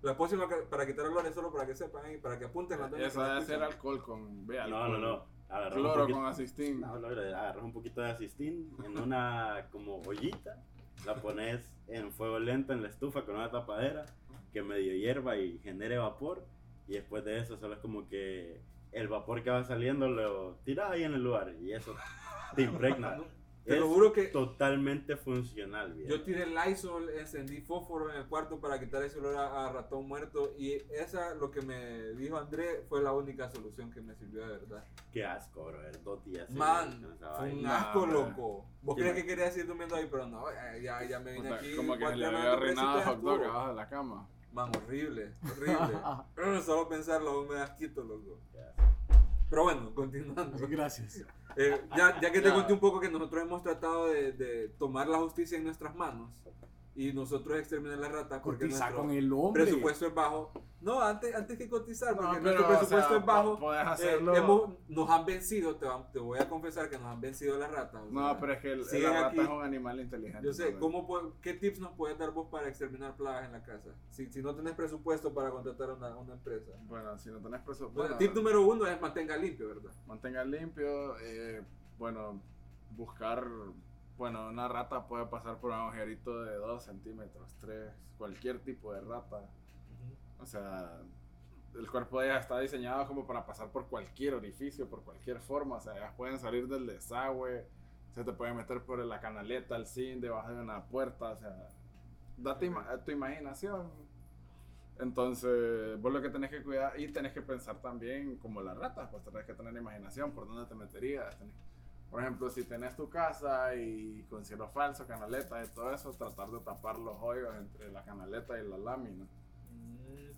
S2: La pócima que- para quitar olores solo para que sepan ahí, para que apunten las doñas. que
S4: Esa
S2: me
S4: debe ser
S2: escuchan.
S4: alcohol con... vea,
S1: No, no,
S4: alcohol.
S1: no. Agarró un
S4: Cloro
S1: poquito,
S4: con asistín.
S1: no, no, agarras un poquito de asistín en una como ollita, la pones en fuego lento en la estufa con una tapadera que medio hierva y genere vapor y después de eso solo es como que el vapor que va saliendo lo tiras ahí en el lugar y eso te impregna.
S2: Te lo
S1: Es
S2: juro que
S1: totalmente funcional, bien.
S2: Yo tiré Lysol, encendí fósforo en el cuarto para quitar ese olor a, a ratón muerto y esa, lo que me dijo André, fue la única solución que me sirvió de verdad.
S1: Qué asco, brother. Dos días. seguidos con
S2: Man,
S1: esa
S2: fue un
S1: vaina.
S4: Nah,
S2: asco,
S4: man.
S2: loco. ¿Vos
S1: Sí,
S2: crees
S1: man.
S2: que querías ir durmiendo ahí? Pero no, eh, ya, ya me vine
S4: Puta,
S2: aquí.
S4: como que se
S2: cuatro
S4: le había
S2: semanas de
S4: arruinado ah. el
S2: presita,
S4: hot dog
S2: estuvo.
S4: abajo de la cama.
S2: Man, horrible, horrible. Eh, Solo pensarlo aún me da asquito, loco.
S1: Qué asco.
S2: Pero bueno, continuando.
S3: Gracias.
S2: Eh, ya, ya que te
S4: Ya.
S2: conté un poco que nosotros hemos tratado de, de tomar la justicia en nuestras manos y nosotros exterminar la rata porque
S3: Cotiza
S2: nuestro
S3: con el hombre.
S2: presupuesto es bajo. No, antes, antes que cotizar,
S4: No,
S2: porque
S4: pero,
S2: nuestro presupuesto
S4: o sea,
S2: es bajo.
S4: Puedes
S2: eh,
S4: hacerlo.
S2: hemos- nos han vencido, te, va- te voy a confesar que nos han vencido las ratas. o
S4: No,
S2: sea,
S4: pero es que el,
S2: Siguen
S4: la rata
S2: aquí.
S4: es un animal inteligente.
S2: Yo sé,
S4: brother.
S2: ¿cómo, puedo- ¿qué tips nos puedes dar vos para exterminar plagas en la casa? Si, si no tenés presupuesto para contratar a una, una empresa.
S4: Bueno, si no tenés presupuesto.
S2: Bueno, tip número uno es mantenga limpio, ¿verdad?
S4: mantenga limpio. eh, bueno, buscar. Bueno, una rata puede pasar por un agujerito de 2 centímetros, 3, cualquier tipo de rata. O sea, el cuerpo de ellas está diseñado como para pasar por cualquier orificio, por cualquier forma. O sea, ellas pueden salir del desagüe, se te pueden meter por la canaleta, el zinc, debajo de una puerta. O sea, date ima- a tu imaginación. Entonces, vos lo que tenés que cuidar y tenés que pensar también como las ratas, pues tenés que tener imaginación por dónde te meterías. tenés- por ejemplo, si tenés tu casa y con cielo falso, canaleta y todo eso, tratar de tapar los hoyos entre la canaleta y la lámina.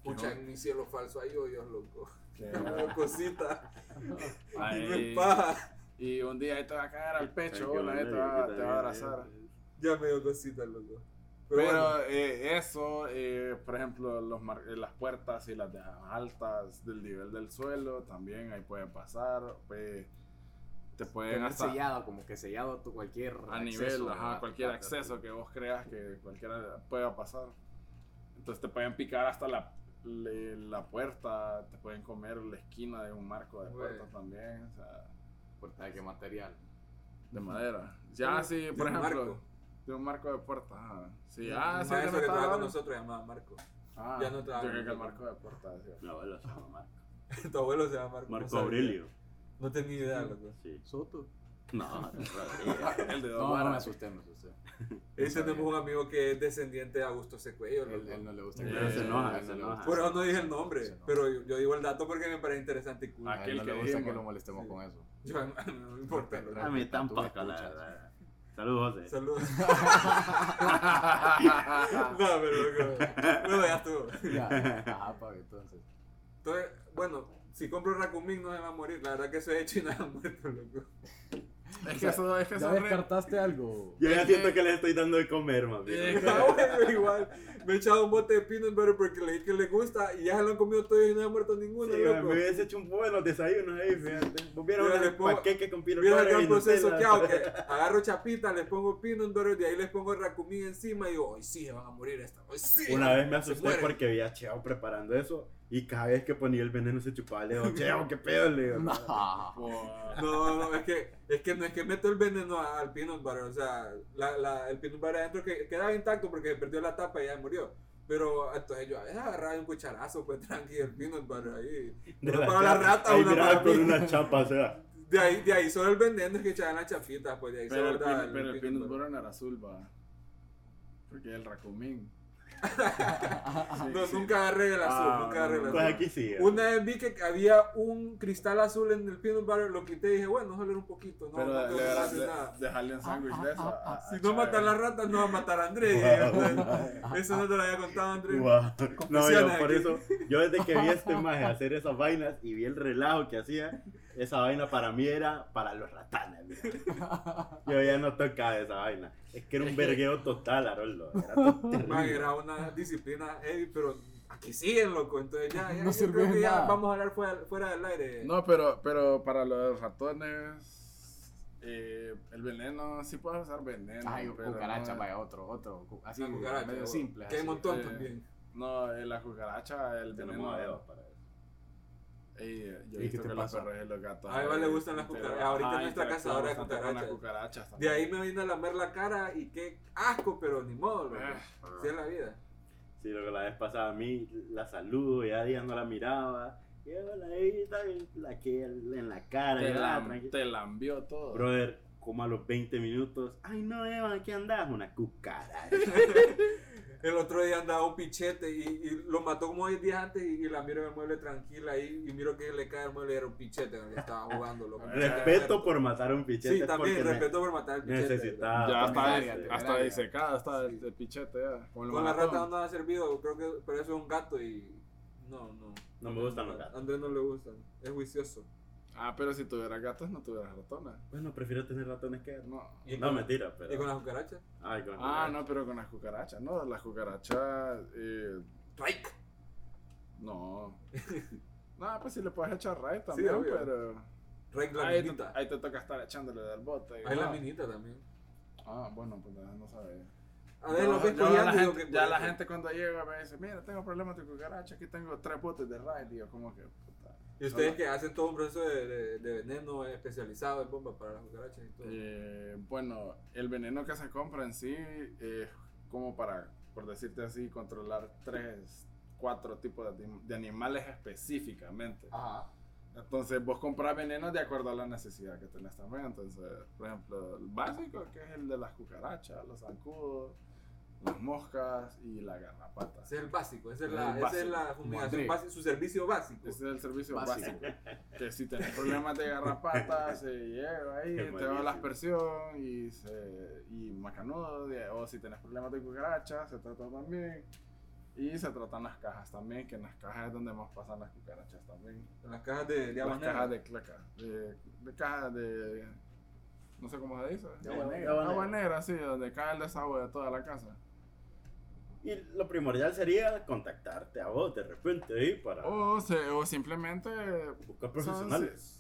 S2: Pucha,
S4: no.
S2: en mi cielo falso hay hoyos, loco.
S4: Que-
S2: Cosita. Y no
S4: Ay,
S2: es paja.
S4: y un día ahí te va a caer al pecho,
S1: Ay, qué
S4: una vez te
S1: bueno,
S4: va,
S1: yo
S4: te va a
S1: también,
S4: abrazar.
S1: eh,
S2: Ya me dio cosita, loco.
S4: Pero
S2: bueno.
S4: eh, eso, eh, por ejemplo, los mar- eh, las puertas y las dejas altas del nivel del suelo, también ahí puede pasar. eh, te pueden
S3: Tener
S4: hasta
S3: sellado, como que sellado tu cualquier
S4: a nivel,
S3: acceso,
S4: ajá,
S3: ¿verdad?
S4: cualquier
S3: Ah,
S4: acceso
S3: sí.
S4: que vos creas que cualquiera pueda pasar. Entonces te pueden picar hasta la, le- la puerta, te pueden comer la esquina de un marco de
S2: Güey.
S4: puertas también, o sea,
S3: Puerta de qué material.
S4: de madera. Ya, sí,
S2: De
S4: por
S2: un
S4: ejemplo.
S2: marco.
S4: De un marco de puerta, ajá. Sí,
S2: Un
S4: ah, sí,
S2: maestro que
S4: estaba
S2: trabaja con
S4: hablando.
S2: nosotros se llamaba Marco.
S4: Ah,
S2: Ya no trabaja con
S4: Yo creo que
S2: nosotros.
S4: el marco de puerta, sí.
S1: Mi abuelo se llama Marco.
S2: Tu abuelo se llama Marco. no
S1: Marco
S2: sabía.
S1: Aurelio.
S2: No tenía idea, loco.
S1: Sí.
S3: Soto.
S1: No, no, Rodríguez.
S4: El de dos
S3: No, no me
S4: varas.
S3: asusté, me asusté.
S2: Ahí
S4: sabía.
S2: tenemos un amigo que es descendiente de Augusto Secuello, loco.
S3: Él, él no le gusta.
S4: Pero
S3: creer,
S4: se
S3: él
S1: enoja,
S3: no
S1: se
S3: le
S1: enoja.
S3: gusta.
S2: Por eso no dije el
S3: Se
S2: nombre,
S3: enoja.
S2: pero yo, yo digo el dato porque me parece interesante y cool.
S4: Ah,
S3: A él no
S4: Aquel
S3: le
S4: que
S3: gusta que
S4: dijimos.
S3: lo molestemos
S2: Sí.
S3: con eso.
S2: Yo, no me importa, loco.
S1: A mí tampoco, la verdad. Saludos, José.
S2: Saludos. no, pero loco. No, ya estuvo.
S3: Ya, ajá, papi, entonces.
S2: Entonces, bueno, si compro Rakumin no se va a morir. La verdad que soy hecho y nada muerto, loco.
S4: Es que eso, es que
S3: ¿Ya
S4: eso es re-
S3: descartaste algo?
S1: Yo ya siento que le estoy dando de comer, mami.
S4: Eh,
S2: Ah, bueno, igual. Me he echado un bote de peanut butter porque leí que le gusta y ya se lo han comido todo y no ha muerto ninguno,
S1: Sí, me
S2: loco.
S1: hubiese hecho un buenos desayunos ahí, fíjate. Vos vieron
S2: Yo le
S1: un
S2: pongo-
S1: panqueque con pino
S2: Mira el
S1: colorado
S2: gran
S1: y
S2: proceso
S1: Nutella.
S2: que hago, que agarro chapita, les pongo peanut butter, de ahí les pongo racumí encima y digo, hoy sí, se van a morir esta, hoy sí.
S1: Una vez me
S2: se
S1: asusté
S2: mueren".
S1: porque vi a Cheo preparando eso Y cada vez que ponía el veneno se chupaba el dedo. Cheo, qué pedo, le digo.
S3: No.
S4: Por-
S2: No, no, es que, es que no es que meto el veneno a- al peanut butter, o sea, la, la, el peanut butter adentro que quedaba intacto porque perdió la tapa y ya murió. Pero entonces yo a veces agarraba un cucharazo, pues tranqui, el peanut butter ahí.
S1: De
S2: Uno para la
S1: chapa.
S2: rata,
S1: Ahí
S2: uno
S1: miraba
S2: para
S1: con
S2: mí.
S1: una chapa, o sea.
S2: De ahí, de ahí solo el veneno es que echaban las chafitas, pues de ahí
S4: Pero
S2: solo
S4: el,
S2: daba
S4: pin, pero el
S2: peanut
S4: peanut
S2: butter.
S4: butter no era azul, va. Porque el racumín.
S2: No, nunca agarré el azul,
S4: Ah,
S2: nunca agarré el
S4: no,
S2: azul.
S1: Pues aquí sí.
S2: Una vez vi que había un cristal azul en el peanut butter, lo quité y dije, bueno, solo era un poquito, no,
S4: Pero
S2: no
S4: le, Ah,
S2: tengo
S4: le,
S2: que
S4: le,
S2: hacer nada.
S4: dejarle un sándwich de eso. a- a-
S2: Si
S4: a
S2: no matan las
S4: Chávez.
S2: ratas, no va a matar a Andrés. Eso no te lo había contado, Andrés.
S1: Guau. No, yo
S2: Confesiones
S1: por
S2: aquí.
S1: eso, yo desde que vi a este maje hacer esas vainas y vi el relajo que hacía, esa vaina para mí era para los ratanes. mira. Yo ya no tocaba esa vaina. Es que era un vergueo total, Aroldo. Era tan terrible.
S2: Man, era una disciplina heavy, pero aquí siguen, loco. Entonces ya, ya
S3: No
S2: yo
S3: sirvió
S2: creo que
S3: de
S2: ya
S3: nada.
S2: vamos a hablar fuera, fuera del aire.
S4: No, pero, pero para los ratones, eh, el veneno, sí puedes usar veneno.
S3: Ay,
S4: pero
S3: cucaracha,
S4: no,
S3: vaya, otro, otro. cu- Así,
S2: La cucaracha,
S3: medio
S2: loco,
S3: simple.
S2: Que hay
S3: así.
S2: un montón
S4: eh,
S2: también.
S4: No, eh, la cucaracha, el
S1: Tenemos dedos
S4: veneno.
S1: para eso.
S4: Ey, eh, yo
S3: ¿Y qué
S4: he visto
S3: te
S4: que los
S3: pasa?
S4: perros y los gatos.
S2: A Eva le gustan las
S4: pero-
S2: cucarachas. Ahorita
S4: ajá,
S2: nuestra
S4: interactúan
S2: cazadora de
S4: bastante con las cucarachas
S2: De ahí
S4: también.
S2: me vino a lamer la cara y qué asco, pero ni modo, loco.
S4: Eh,
S2: Así es la vida.
S1: Sí, lo que la vez pasada a mí, la saludo, ya días no la miraba. Y yo la vi, tal, la que en la cara,
S4: Te,
S1: ya,
S4: lam-
S1: tranqui-
S4: te lambió todo.
S1: Brother, como a los 20 minutos, ay no, Eva, aquí andás, una cucaracha.
S2: El otro día andaba un pichete y, y lo mató como 10 días antes y, y la miro en el mueble tranquila ahí y miro que le cae el mueble y era un pichete que estaba jugando, loco.
S1: Respeto por matar a un pichete.
S2: Sí, también,
S1: porque ne-
S2: respeto por matar al pichete.
S1: necesitaba.
S4: ya
S3: terminaria,
S4: está,
S3: terminaria.
S4: hasta disecada, está el, el pichete ya. Con
S2: Con la rata no ha servido, creo que, pero eso es un gato y. No, no.
S1: No me gustan los gatos.
S2: A Andrés no le gustan, es juicioso.
S4: Ah, pero si tuvieras gatos no tuvieras ratones.
S1: Bueno, prefiero tener ratones que.
S4: No.
S2: Y
S1: No,
S2: con-
S1: mentira,
S2: ¿Y con
S1: pero.
S2: las cucarachas?
S1: Ay, con-
S4: Ah, no, pero con las cucarachas, no, las cucarachas, eh,
S2: ¡Trike!
S4: no. no, pues si le puedes echar raid también,
S2: obvio.
S4: pero...
S2: Rake la
S4: Ahí te,
S2: minita.
S4: ahí te toca estar echándole del bote.
S2: Hay la
S4: Ah.
S2: minita también.
S4: Ah, bueno, pues no sabía.
S2: A ver, lo ves
S4: Yo- yo la
S2: cojeando y lo
S4: gente-
S2: que
S4: ya la
S2: puede.
S4: gente cuando llega me dice, mira, tengo problemas de cucaracha, aquí tengo tres botes de raid, y yo como que... puta.
S2: Y ustedes que hacen todo un proceso de, de- de veneno especializado en bombas para las cucarachas y todo.
S4: Eh, bueno, el veneno que se compra en sí es como para, por decirte así, controlar tres, cuatro tipos de, anim- de animales específicamente.
S2: Ajá.
S4: Entonces vos compras veneno de acuerdo a la necesidad que tenés también. Entonces, por ejemplo, el básico que es el de las cucarachas, los zancudos, las moscas y la garrapata.
S2: Ese es el básico, esa es
S4: El
S2: la, esa es
S4: básico.
S2: la fumigación
S3: Madre.
S2: básica, su servicio básico.
S4: Ese es el servicio
S3: Básico.
S4: básico. Que si tenés problemas de garrapata, se lleva ahí,
S1: Qué
S4: te va
S1: malísimo.
S4: la aspersión y, se, y macanudo. de- O si tenés problemas de cucarachas, se trata también. Y se tratan las cajas también, que en las cajas es donde más pasan las cucarachas también.
S2: En las cajas de, de
S4: las
S2: habanero.
S4: cajas de claca, de, de cajas de. No sé cómo se dice.
S1: De habanero.
S4: De habanero, sí, donde cae el desagüe de toda la casa.
S1: Y lo primordial sería contactarte a vos de repente ahí para
S4: O, se- o simplemente
S1: buscar profesionales.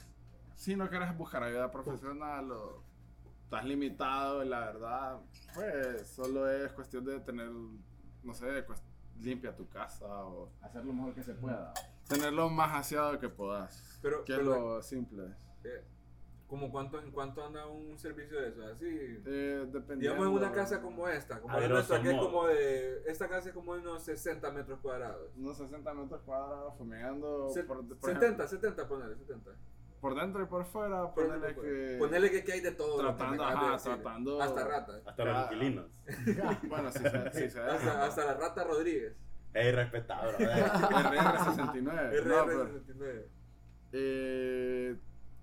S4: si no quieres buscar ayuda profesional o estás limitado, la verdad, pues solo es cuestión de tener, no sé, pues, limpia tu casa o
S3: Hacer lo mejor que se pueda.
S4: tener lo más aseado que puedas.
S2: Pero-
S4: que es
S2: pero-
S4: lo simple.
S2: Eh, ¿Cómo cuánto, en cuánto anda un servicio de eso? Así.
S4: Eh, dependiendo.
S2: Digamos en una casa como esta, como
S1: A
S2: la
S1: ver,
S2: nuestra,
S1: grosso
S2: que es
S1: modo.
S2: como de. Esta casa es como de unos 60 metros cuadrados.
S4: Unos 60 metros cuadrados, fumigando.
S2: Se-
S4: por- por
S2: 70, 70, ponele, 70.
S4: Por dentro y por fuera, ponerle que.
S2: Ponele que, que hay de todo. lo que
S4: Tratando,
S2: me acabas de
S4: ajá,
S2: decir.
S4: tratando-
S2: Hasta ratas.
S1: Hasta los
S4: Ah.
S1: inquilinos.
S4: Bueno, si se, si se
S2: Hasta,
S4: deja.
S2: hasta la rata Rodríguez.
S1: Es respetado, ¿verdad?
S4: RR69. Eh, no, pero,
S2: RR79.
S4: eh,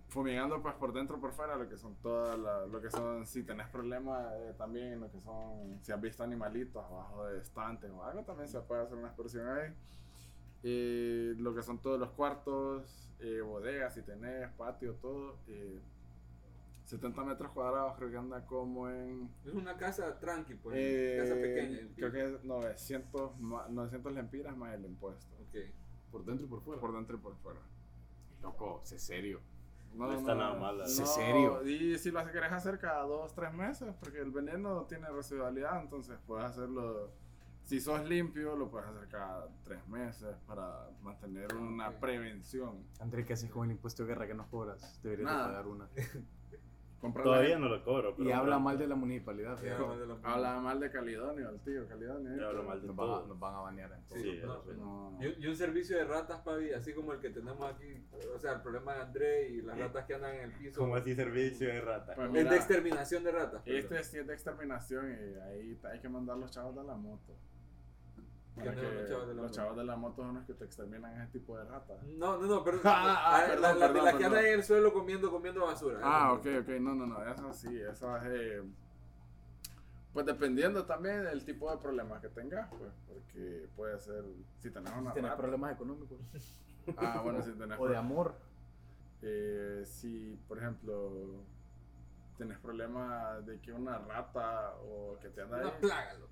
S4: fumigando pues por dentro y por fuera lo que son todas las. Lo que son. Si tenés problemas eh, también, lo que son. Si has visto animalitos abajo de estantes o algo, también se puede hacer una expresión ahí. Eh, lo que son todos los cuartos, eh, bodegas, si tenés, patio, todo. eh, 70 metros cuadrados creo que anda como en
S2: Es una casa tranqui, pues.
S4: Eh,
S2: casa pequeña. en
S4: Creo
S2: fin.
S4: que es 900, ma- 900 lempiras más el impuesto.
S2: Ok.
S3: Por dentro y por
S2: Pues.
S3: fuera.
S4: Por dentro y por fuera.
S3: Loco, sé serio.
S1: No está nada mal, la
S4: No,
S1: verdad.
S3: ¿En serio?
S4: Y si lo querés hacer cada 2, 3 meses, porque el veneno tiene residualidad, entonces puedes hacerlo Si sos limpio, lo puedes hacer cada tres meses para mantener una
S2: Ah, Ok.
S4: prevención.
S5: André, ¿qué haces con el impuesto de guerra que nos cobras? Deberías de
S4: Nada.
S5: pagar una.
S4: Comprar
S1: Todavía no lo cobro.
S3: Y habla mal de la municipalidad.
S2: Ya,
S3: fíjate.
S2: más de la-
S4: Habla mal de Calidonio, el tío Calidonio.
S1: Yo hablo mal de
S5: Nos van, a,
S1: todo.
S5: nos van a banear entonces.
S1: Sí,
S2: no,
S1: eso es.
S4: No.
S2: Y, un- y un servicio de ratas, Pavi, así como el que tenemos aquí. O sea, el problema de André y las ratas que andan en el piso.
S1: Como así servicio de rata.
S4: Pues
S2: Es
S4: ¿Eh? mira,
S2: de exterminación de ratas. perdón.
S4: este sí es de exterminación y ahí t- hay que mandar los chavos de la moto.
S2: ¿Qué
S4: Para
S2: andan
S4: que
S2: los chavos de la
S4: los
S2: moto?
S4: chavos de la moto son los que te exterminan ese tipo de ratas.
S2: No, no, no, pero.
S4: Ah, ah,
S2: ah,
S4: perdón,
S2: la- la-
S4: perdón,
S2: las que
S4: perdón.
S2: andan en el suelo comiendo, comiendo basura.
S4: Ah, ok, ok, no, no, no, eso sí, eso es... eh, pues dependiendo también del tipo de problemas que tengas, pues, porque puede ser, si tenés una
S5: Si tenés
S4: rata-
S5: problemas económicos
S4: Ah, bueno, si tenés
S5: o de
S4: problemas.
S5: amor,
S4: Eh, si, por ejemplo, tenés problemas de que una rata o que te anda ahí...
S2: Una plaga, loco.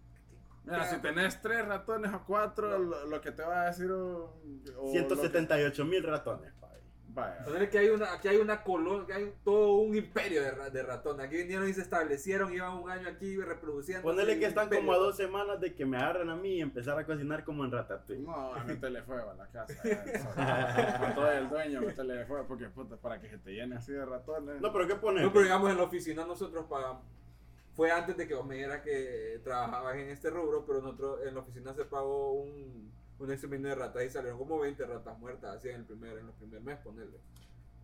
S4: Mira, si tenés tres ratones o cuatro, lo, lo que te va a decir un... o lo que-
S1: 178 mil ratones, papi.
S4: Vaya.
S2: Entonces, Pues que hay una, aquí hay una colonia, que hay todo un imperio de, ra- de ratones. Aquí vinieron y se establecieron, llevan un año aquí reproduciendo.
S1: Ponele que están como a dos semanas de que me agarren a mí y empezar a cocinar como en Ratatouille.
S4: No, a meterle fuego a la casa. ya, A todo el dueño, meterle fuego, porque puta, para que se te llene así de ratones.
S1: No, pero ¿qué pones?
S2: No, pero digamos, en la oficina nosotros pagamos. Fue antes de que vos me dijeras que trabajabas en este rubro, pero nosotros en la oficina se pagó un, un exterminio de ratas y salieron como 20 ratas muertas así en el primer, en el primer mes, ponerle. O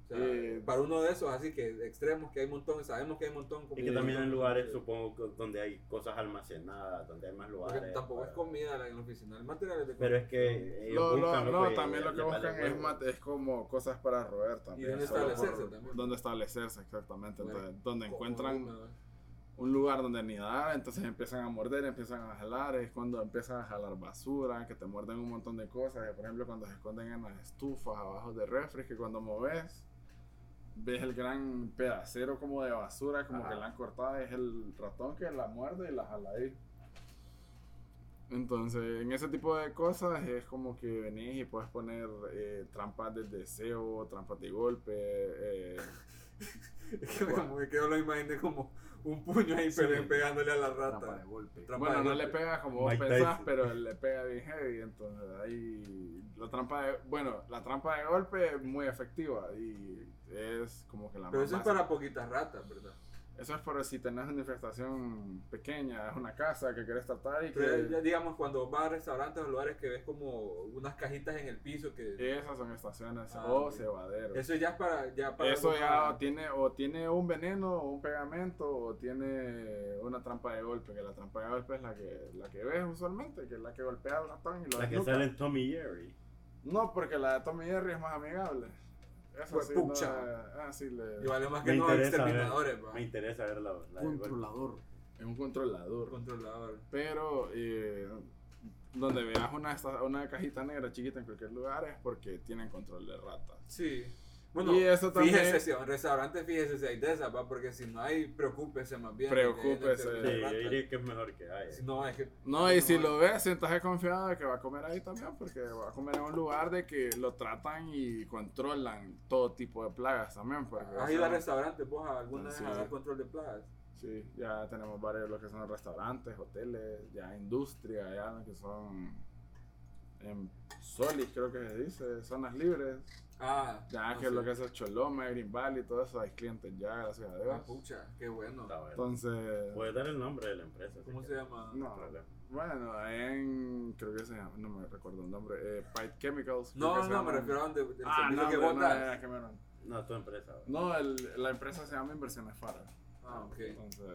S2: sea,
S4: Eh,
S2: para uno de esos, así que extremos, que hay un montón, sabemos que hay un montón. como
S1: Y que
S2: un
S1: también hay
S2: montón,
S1: lugares,
S2: sí.
S1: supongo, co- donde hay cosas almacenadas, donde hay más
S2: Porque
S1: lugares.
S2: tampoco es
S1: eh, para-
S2: comida la- en la oficina, el material es de
S1: Pero
S2: comida.
S1: es que ellos
S4: Lo- lo-
S1: buscan
S4: no,
S1: que
S4: también lo
S1: les
S4: que
S1: vale
S4: buscan es,
S1: huevo.
S4: mate- es como cosas para roer también.
S2: dónde
S4: solo por-
S2: establecerse también.
S4: Dónde establecerse, exactamente.
S2: Bueno,
S4: Entonces, donde
S2: Como
S4: encuentran
S2: una-
S4: un lugar donde anidar, entonces empiezan a morder, empiezan a jalar, es cuando empiezan a jalar basura, que te muerden un montón de cosas, que por ejemplo cuando se esconden en las estufas, abajo de refres, que cuando moves, ves el gran pedacero como de basura, como
S5: Ajá.
S4: que la han cortado, es el ratón que la muerde y la jala ahí. Entonces, en ese tipo de cosas es como que venís y puedes poner eh, trampas de deseo, trampas de golpe, eh,
S2: Es que como me quedo lo imaginé como un puño ahí pe- pegándole a la
S5: trampa de
S2: rata.
S5: golpe.
S2: Trampa
S4: Bueno,
S2: de
S4: no le
S2: golpe.
S4: pega como vos
S1: Mike
S4: pensás,
S1: Tyson.
S4: pero le pega bien heavy, entonces ahí la trampa de, bueno, la trampa de golpe es muy efectiva y es como que la
S2: Pero
S4: más
S2: eso es
S4: básica.
S2: para poquitas ratas, ¿verdad?
S4: Eso es por si tenés una infestación pequeña, es una casa que querés tratar y
S2: Pero ya
S4: que
S2: digamos, cuando vas a restaurantes o lugares que ves como unas cajitas en el piso, que
S4: esas son estaciones
S2: Ah,
S4: o
S2: ok.
S4: cebaderos.
S2: eso ya es para... Ya para
S4: Eso
S2: algo
S4: ya
S2: más-
S4: tiene o tiene un veneno o un pegamento o tiene una trampa de golpe, que la trampa de golpe es la que la que ves usualmente, que es la que golpea al ratón y lo
S1: La que
S4: desnuca.
S1: sale en Tommy y Jerry.
S4: No, porque la de Tommy Jerry es más amigable. Eso
S2: Pues,
S4: sí, no,
S2: pucha.
S4: eh, ah, sí, le-
S2: Y vale más
S1: Me
S2: que no
S1: interesa,
S2: exterminadores, pa.
S1: Me interesa ver la, la de golpe.
S5: Controlador.
S4: es un controlador.
S2: Controlador.
S4: Pero eh, donde veas una, esta- una cajita negra chiquita en cualquier lugar es porque tienen control de ratas.
S2: Sí. Bueno,
S4: Y eso también-
S2: fíjese si a un restaurante, fíjese si hay de esas, pa, porque si no hay, preocúpese más bien.
S4: Preocúpese.
S2: de- de- de
S1: Sí, yo
S2: ratas.
S1: diría que es mejor que hay. eh.
S2: Si no, es que...
S4: No, y si lo ves, estás confiado de que va a comer ahí también, porque va a comer en un lugar de que lo tratan y controlan todo tipo de plagas también. Porque, o
S2: ¿Has ido a
S4: sea,
S2: restaurantes vos alguna vez
S4: Sí.
S2: a dar control de plagas?
S4: Sí, ya tenemos varios lo que son restaurantes, hoteles, ya industria, ya lo que son em, solis, creo que se dice, zonas libres.
S2: Ah,
S4: Ya
S2: no
S4: que
S2: sé.
S4: lo que es el Choloma, Green Valley, todo eso, hay clientes ya, gracias a Dios.
S2: Ah, pucha, qué bueno.
S1: Está bueno.
S4: Entonces,
S1: Puedes dar el nombre de la empresa. si
S2: ¿Cómo se
S1: quieres.
S2: llama?
S4: no,
S1: problema.
S4: bueno, ahí en, creo que se llama, no me recuerdo el nombre, eh, Pipe Chemicals. creo
S2: No,
S4: que
S2: no,
S4: se llama.
S2: me refiero a donde el
S4: Ah,
S2: servicio
S4: no,
S2: que
S4: hombre,
S2: vos
S4: no,
S2: das.
S4: era Cameron.
S1: No, tu empresa. güey.
S4: No, el- la empresa se llama Inversiones Fara.
S2: Ah, ok.
S4: Entonces,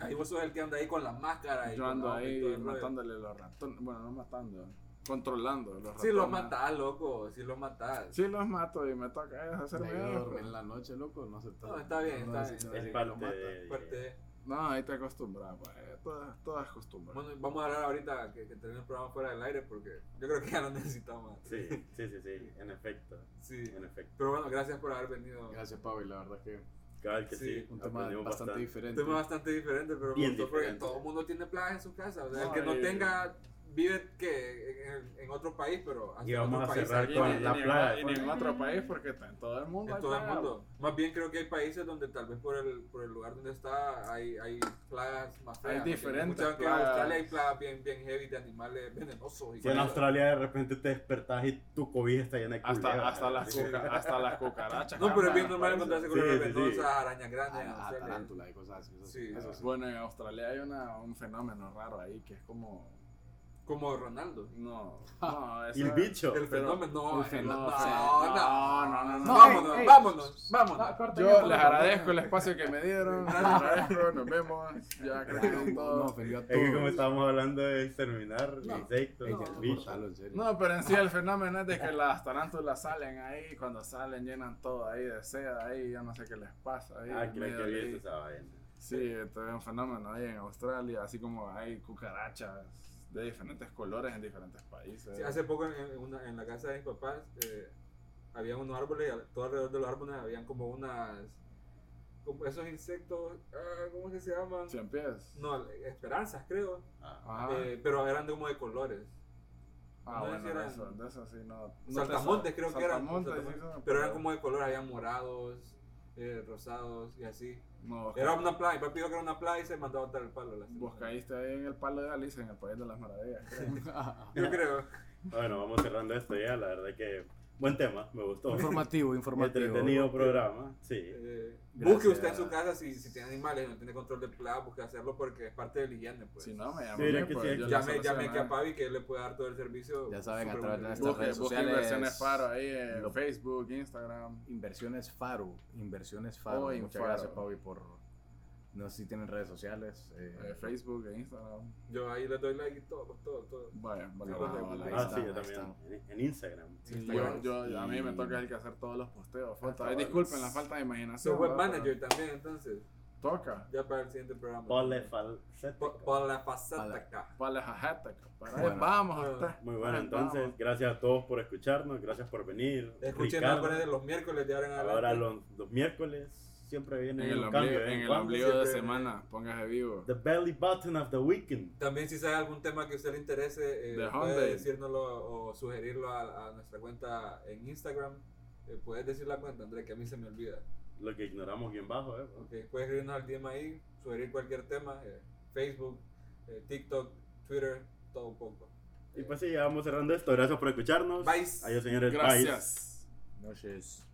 S2: Ahí vos sos el que anda ahí con las máscaras. y
S4: Yo
S2: con
S4: ando
S2: la boca y todo
S4: ahí
S2: el rollo.
S4: matándole los ratones. Bueno, no matando, controlando los ratones.
S2: Sí los matás, loco, sí los matás.
S4: Sí los mato y me toca eh, hacer
S5: Me ayuda a
S4: miedo.
S5: dormir en la noche, loco. No se
S2: No, está bien, está bien, está
S1: Es
S2: bien.
S1: parte
S5: mata.
S1: de...
S2: Fuerte.
S4: No, ahí te acostumbras, pa, eh, Todas todas costumbres.
S2: Bueno, vamos a hablar ahorita que, que tenemos el programa fuera del aire porque yo creo que ya lo necesitamos.
S1: Sí, sí, sí, sí, en efecto,
S2: Sí.
S1: en efecto.
S2: Pero bueno, gracias por haber venido.
S5: Gracias, Pablo. La verdad es que
S1: Claro que sí,
S2: Sí,
S5: un tema bastante,
S1: aprendimos
S5: diferente.
S2: Un tema bastante diferente, pero me
S1: Bien
S2: gustó porque
S1: diferente.
S2: todo el mundo tiene plagas en su casa. O sea,
S4: No,
S2: el que no
S4: eh,
S2: tenga, vive que en, en otro país, pero hasta
S1: Y
S2: en
S1: vamos
S2: otro
S1: a
S2: país
S1: cerrar
S2: hay
S1: con
S2: playa.
S1: la playa,
S4: Y
S1: pues.
S4: en otro país porque está en todo el mundo.
S2: en
S4: hay pues.
S2: todo el
S4: plaga,
S2: mundo. Más bien creo que hay países donde tal vez por el, por el lugar donde está hay, hay plagas más feas.
S4: Hay
S2: ¿me entiendes?
S4: diferentes
S2: Muchas que en
S4: plagas.
S2: Australia hay plagas bien, bien heavy de animales venenosos. Y
S1: Si en
S2: cosas.
S1: Australia de repente te despertás y tu cobija está llena de
S4: Hasta,
S1: culebras,
S4: hasta, las
S1: sí.
S4: cuca- hasta las cucarachas.
S2: No, pero es bien
S4: campan,
S2: normal
S4: parece.
S2: encontrarse con
S1: Sí,
S2: las
S1: sí, sí.
S2: venenosas, arañas grandes en
S5: Ah,
S2: Australia.
S5: tarántula y cosas así. Eso
S2: Sí.
S5: sí. Eso sí.
S4: Bueno, en Australia hay una, un fenómeno raro ahí que es como.
S2: Como Ronaldo.
S4: No, no,
S1: Y el
S4: eso-
S1: bicho.
S2: El fenómeno. No,
S4: el fenómeno,
S2: no,
S4: sí.
S2: no,
S4: No, no, no, no.
S2: Vámonos,
S5: Ey, ey.
S2: vámonos, vámonos.
S4: Yo les agradezco el espacio que me dieron. Les agradezco, nos vemos. Ya crecieron
S3: No,
S4: todos.
S3: ofendió a
S1: Es que como
S3: todos.
S1: estábamos hablando de exterminar insectos,
S5: Ey,
S1: bichos.
S5: ya, cortalo, en serio.
S4: No, pero en sí el fenómeno es de que las tarántulas salen ahí, cuando salen llenan todo ahí de seda ahí, ya no sé qué les pasa ahí.
S1: Ah, creo que
S4: medio de
S1: viste
S4: ahí.
S1: esa vaina.
S4: Sí, todavía un fenómeno ahí en Australia, así como hay cucarachas de diferentes colores en diferentes países.
S2: Sí, hace poco en, en una- en la casa de mis papás eh, había unos árboles y al- todo alrededor de los árboles habían como unas. como esos insectos. ah, ¿Cómo es que se llaman?
S4: Cien pies.
S2: No, esperanzas, creo.
S1: Ah.
S4: Ajá.
S2: Eh, pero eran de como de colores. eh,
S4: ah,
S2: no
S4: bueno,
S2: sé si eran-
S4: de eso, de eso sí, no. no te
S2: saltamontes,
S4: sa-
S2: creo que eran.
S4: saltamontes, sí,
S2: saltamontes,
S4: son-
S2: pero eran como de color, había morados, eh, rosados y así.
S4: No,
S2: Era una playa, mi papá pidió que era una playa y se mandó a botar el palo. lastimosamente.
S4: Vos caíste ahí en el palo de Alicia, en el País de las Maravillas. creo.
S2: Yo creo.
S1: Bueno, vamos cerrando esto ya, la verdad que buen tema, me gustó.
S3: Informativo, informativo.
S1: Entretenido programa, sí.
S2: Eh,
S5: Gracias.
S2: busque usted en su casa si, si tiene animales y no tiene control de plaga, busque hacerlo porque es parte del higiene. Pues.
S4: Si no, me llaman.
S1: Mira que sí,
S4: yo
S2: Llame, llame
S4: les
S2: que a
S4: soluciono.
S2: Pavi que él le puede dar todo el servicio.
S5: Ya saben, a
S2: Súper
S5: través de
S2: bueno.
S5: nuestra
S4: Busque,
S5: redes
S4: busque
S5: sociales.
S4: Inversiones Faro ahí en
S5: Lo-
S4: Facebook, Instagram.
S5: Inversiones Faro. Inversiones Faro.
S4: Oh,
S5: Muchas
S4: Infaro.
S5: gracias, Pavi, por. No sé si tienen redes sociales. eh,
S4: eh, Facebook e Instagram.
S2: Yo ahí le doy like y todo, todo, todo.
S4: Vaya, vale,
S5: Ah,
S4: vale,
S5: vale,
S4: vale.
S5: ahí
S1: ah,
S5: está,
S1: sí,
S5: ahí
S1: yo también.
S5: está.
S1: En, en Instagram.
S4: Sí,
S2: Instagram.
S4: yo, yo- a mí me
S5: Y-
S4: toca el que hacer todos los posteos. fotos.
S2: Hasta
S4: Ay,
S2: ahora.
S4: disculpen la falta de
S2: Soy
S4: imaginación.
S5: Ah.
S2: web
S4: ¿verdad?
S2: manager también, entonces.
S4: Pero Toca.
S2: Ya para el siguiente programa.
S1: Ponle falsético.
S2: Po- Por la pasata
S5: Vale.
S2: acá.
S4: Vale, jajata, para ahí.
S5: Bueno.
S4: Vamos
S2: Bueno.
S4: a estar.
S1: Muy bueno, entonces, gracias a todos por escucharnos, gracias por venir.
S2: Escuchen
S1: Ricardo,
S2: Álvarez de los miércoles de ahora en adelante.
S1: ahora los, los miércoles siempre
S4: En
S1: viene
S4: el
S1: un cambio.
S4: ombligo,
S1: de vez
S4: en
S5: ¿eh?
S1: en
S4: el
S1: cuando.
S4: ombligo de
S2: siempre-
S4: semana, póngase vivo.
S1: The belly button of the weekend.
S2: También si sabe algún tema que a usted le interese, eh,
S4: De
S2: puede
S4: Hyundai.
S2: decírnoslo o sugerirlo a, a nuestra cuenta en Instagram. Eh, puedes decir la cuenta, André, que a mí se me olvida.
S1: Lo que ignoramos bien bajo, ¿eh?
S2: Ok, puedes escribirnos al DM ahí, sugerir cualquier tema, eh, Facebook, eh, TikTok, Twitter, todo un poco.
S1: Y pues sí, ya vamos cerrando esto. Gracias por escucharnos.
S2: Bye.
S1: Adiós, señores. Bye.
S4: Gracias.
S5: Noches.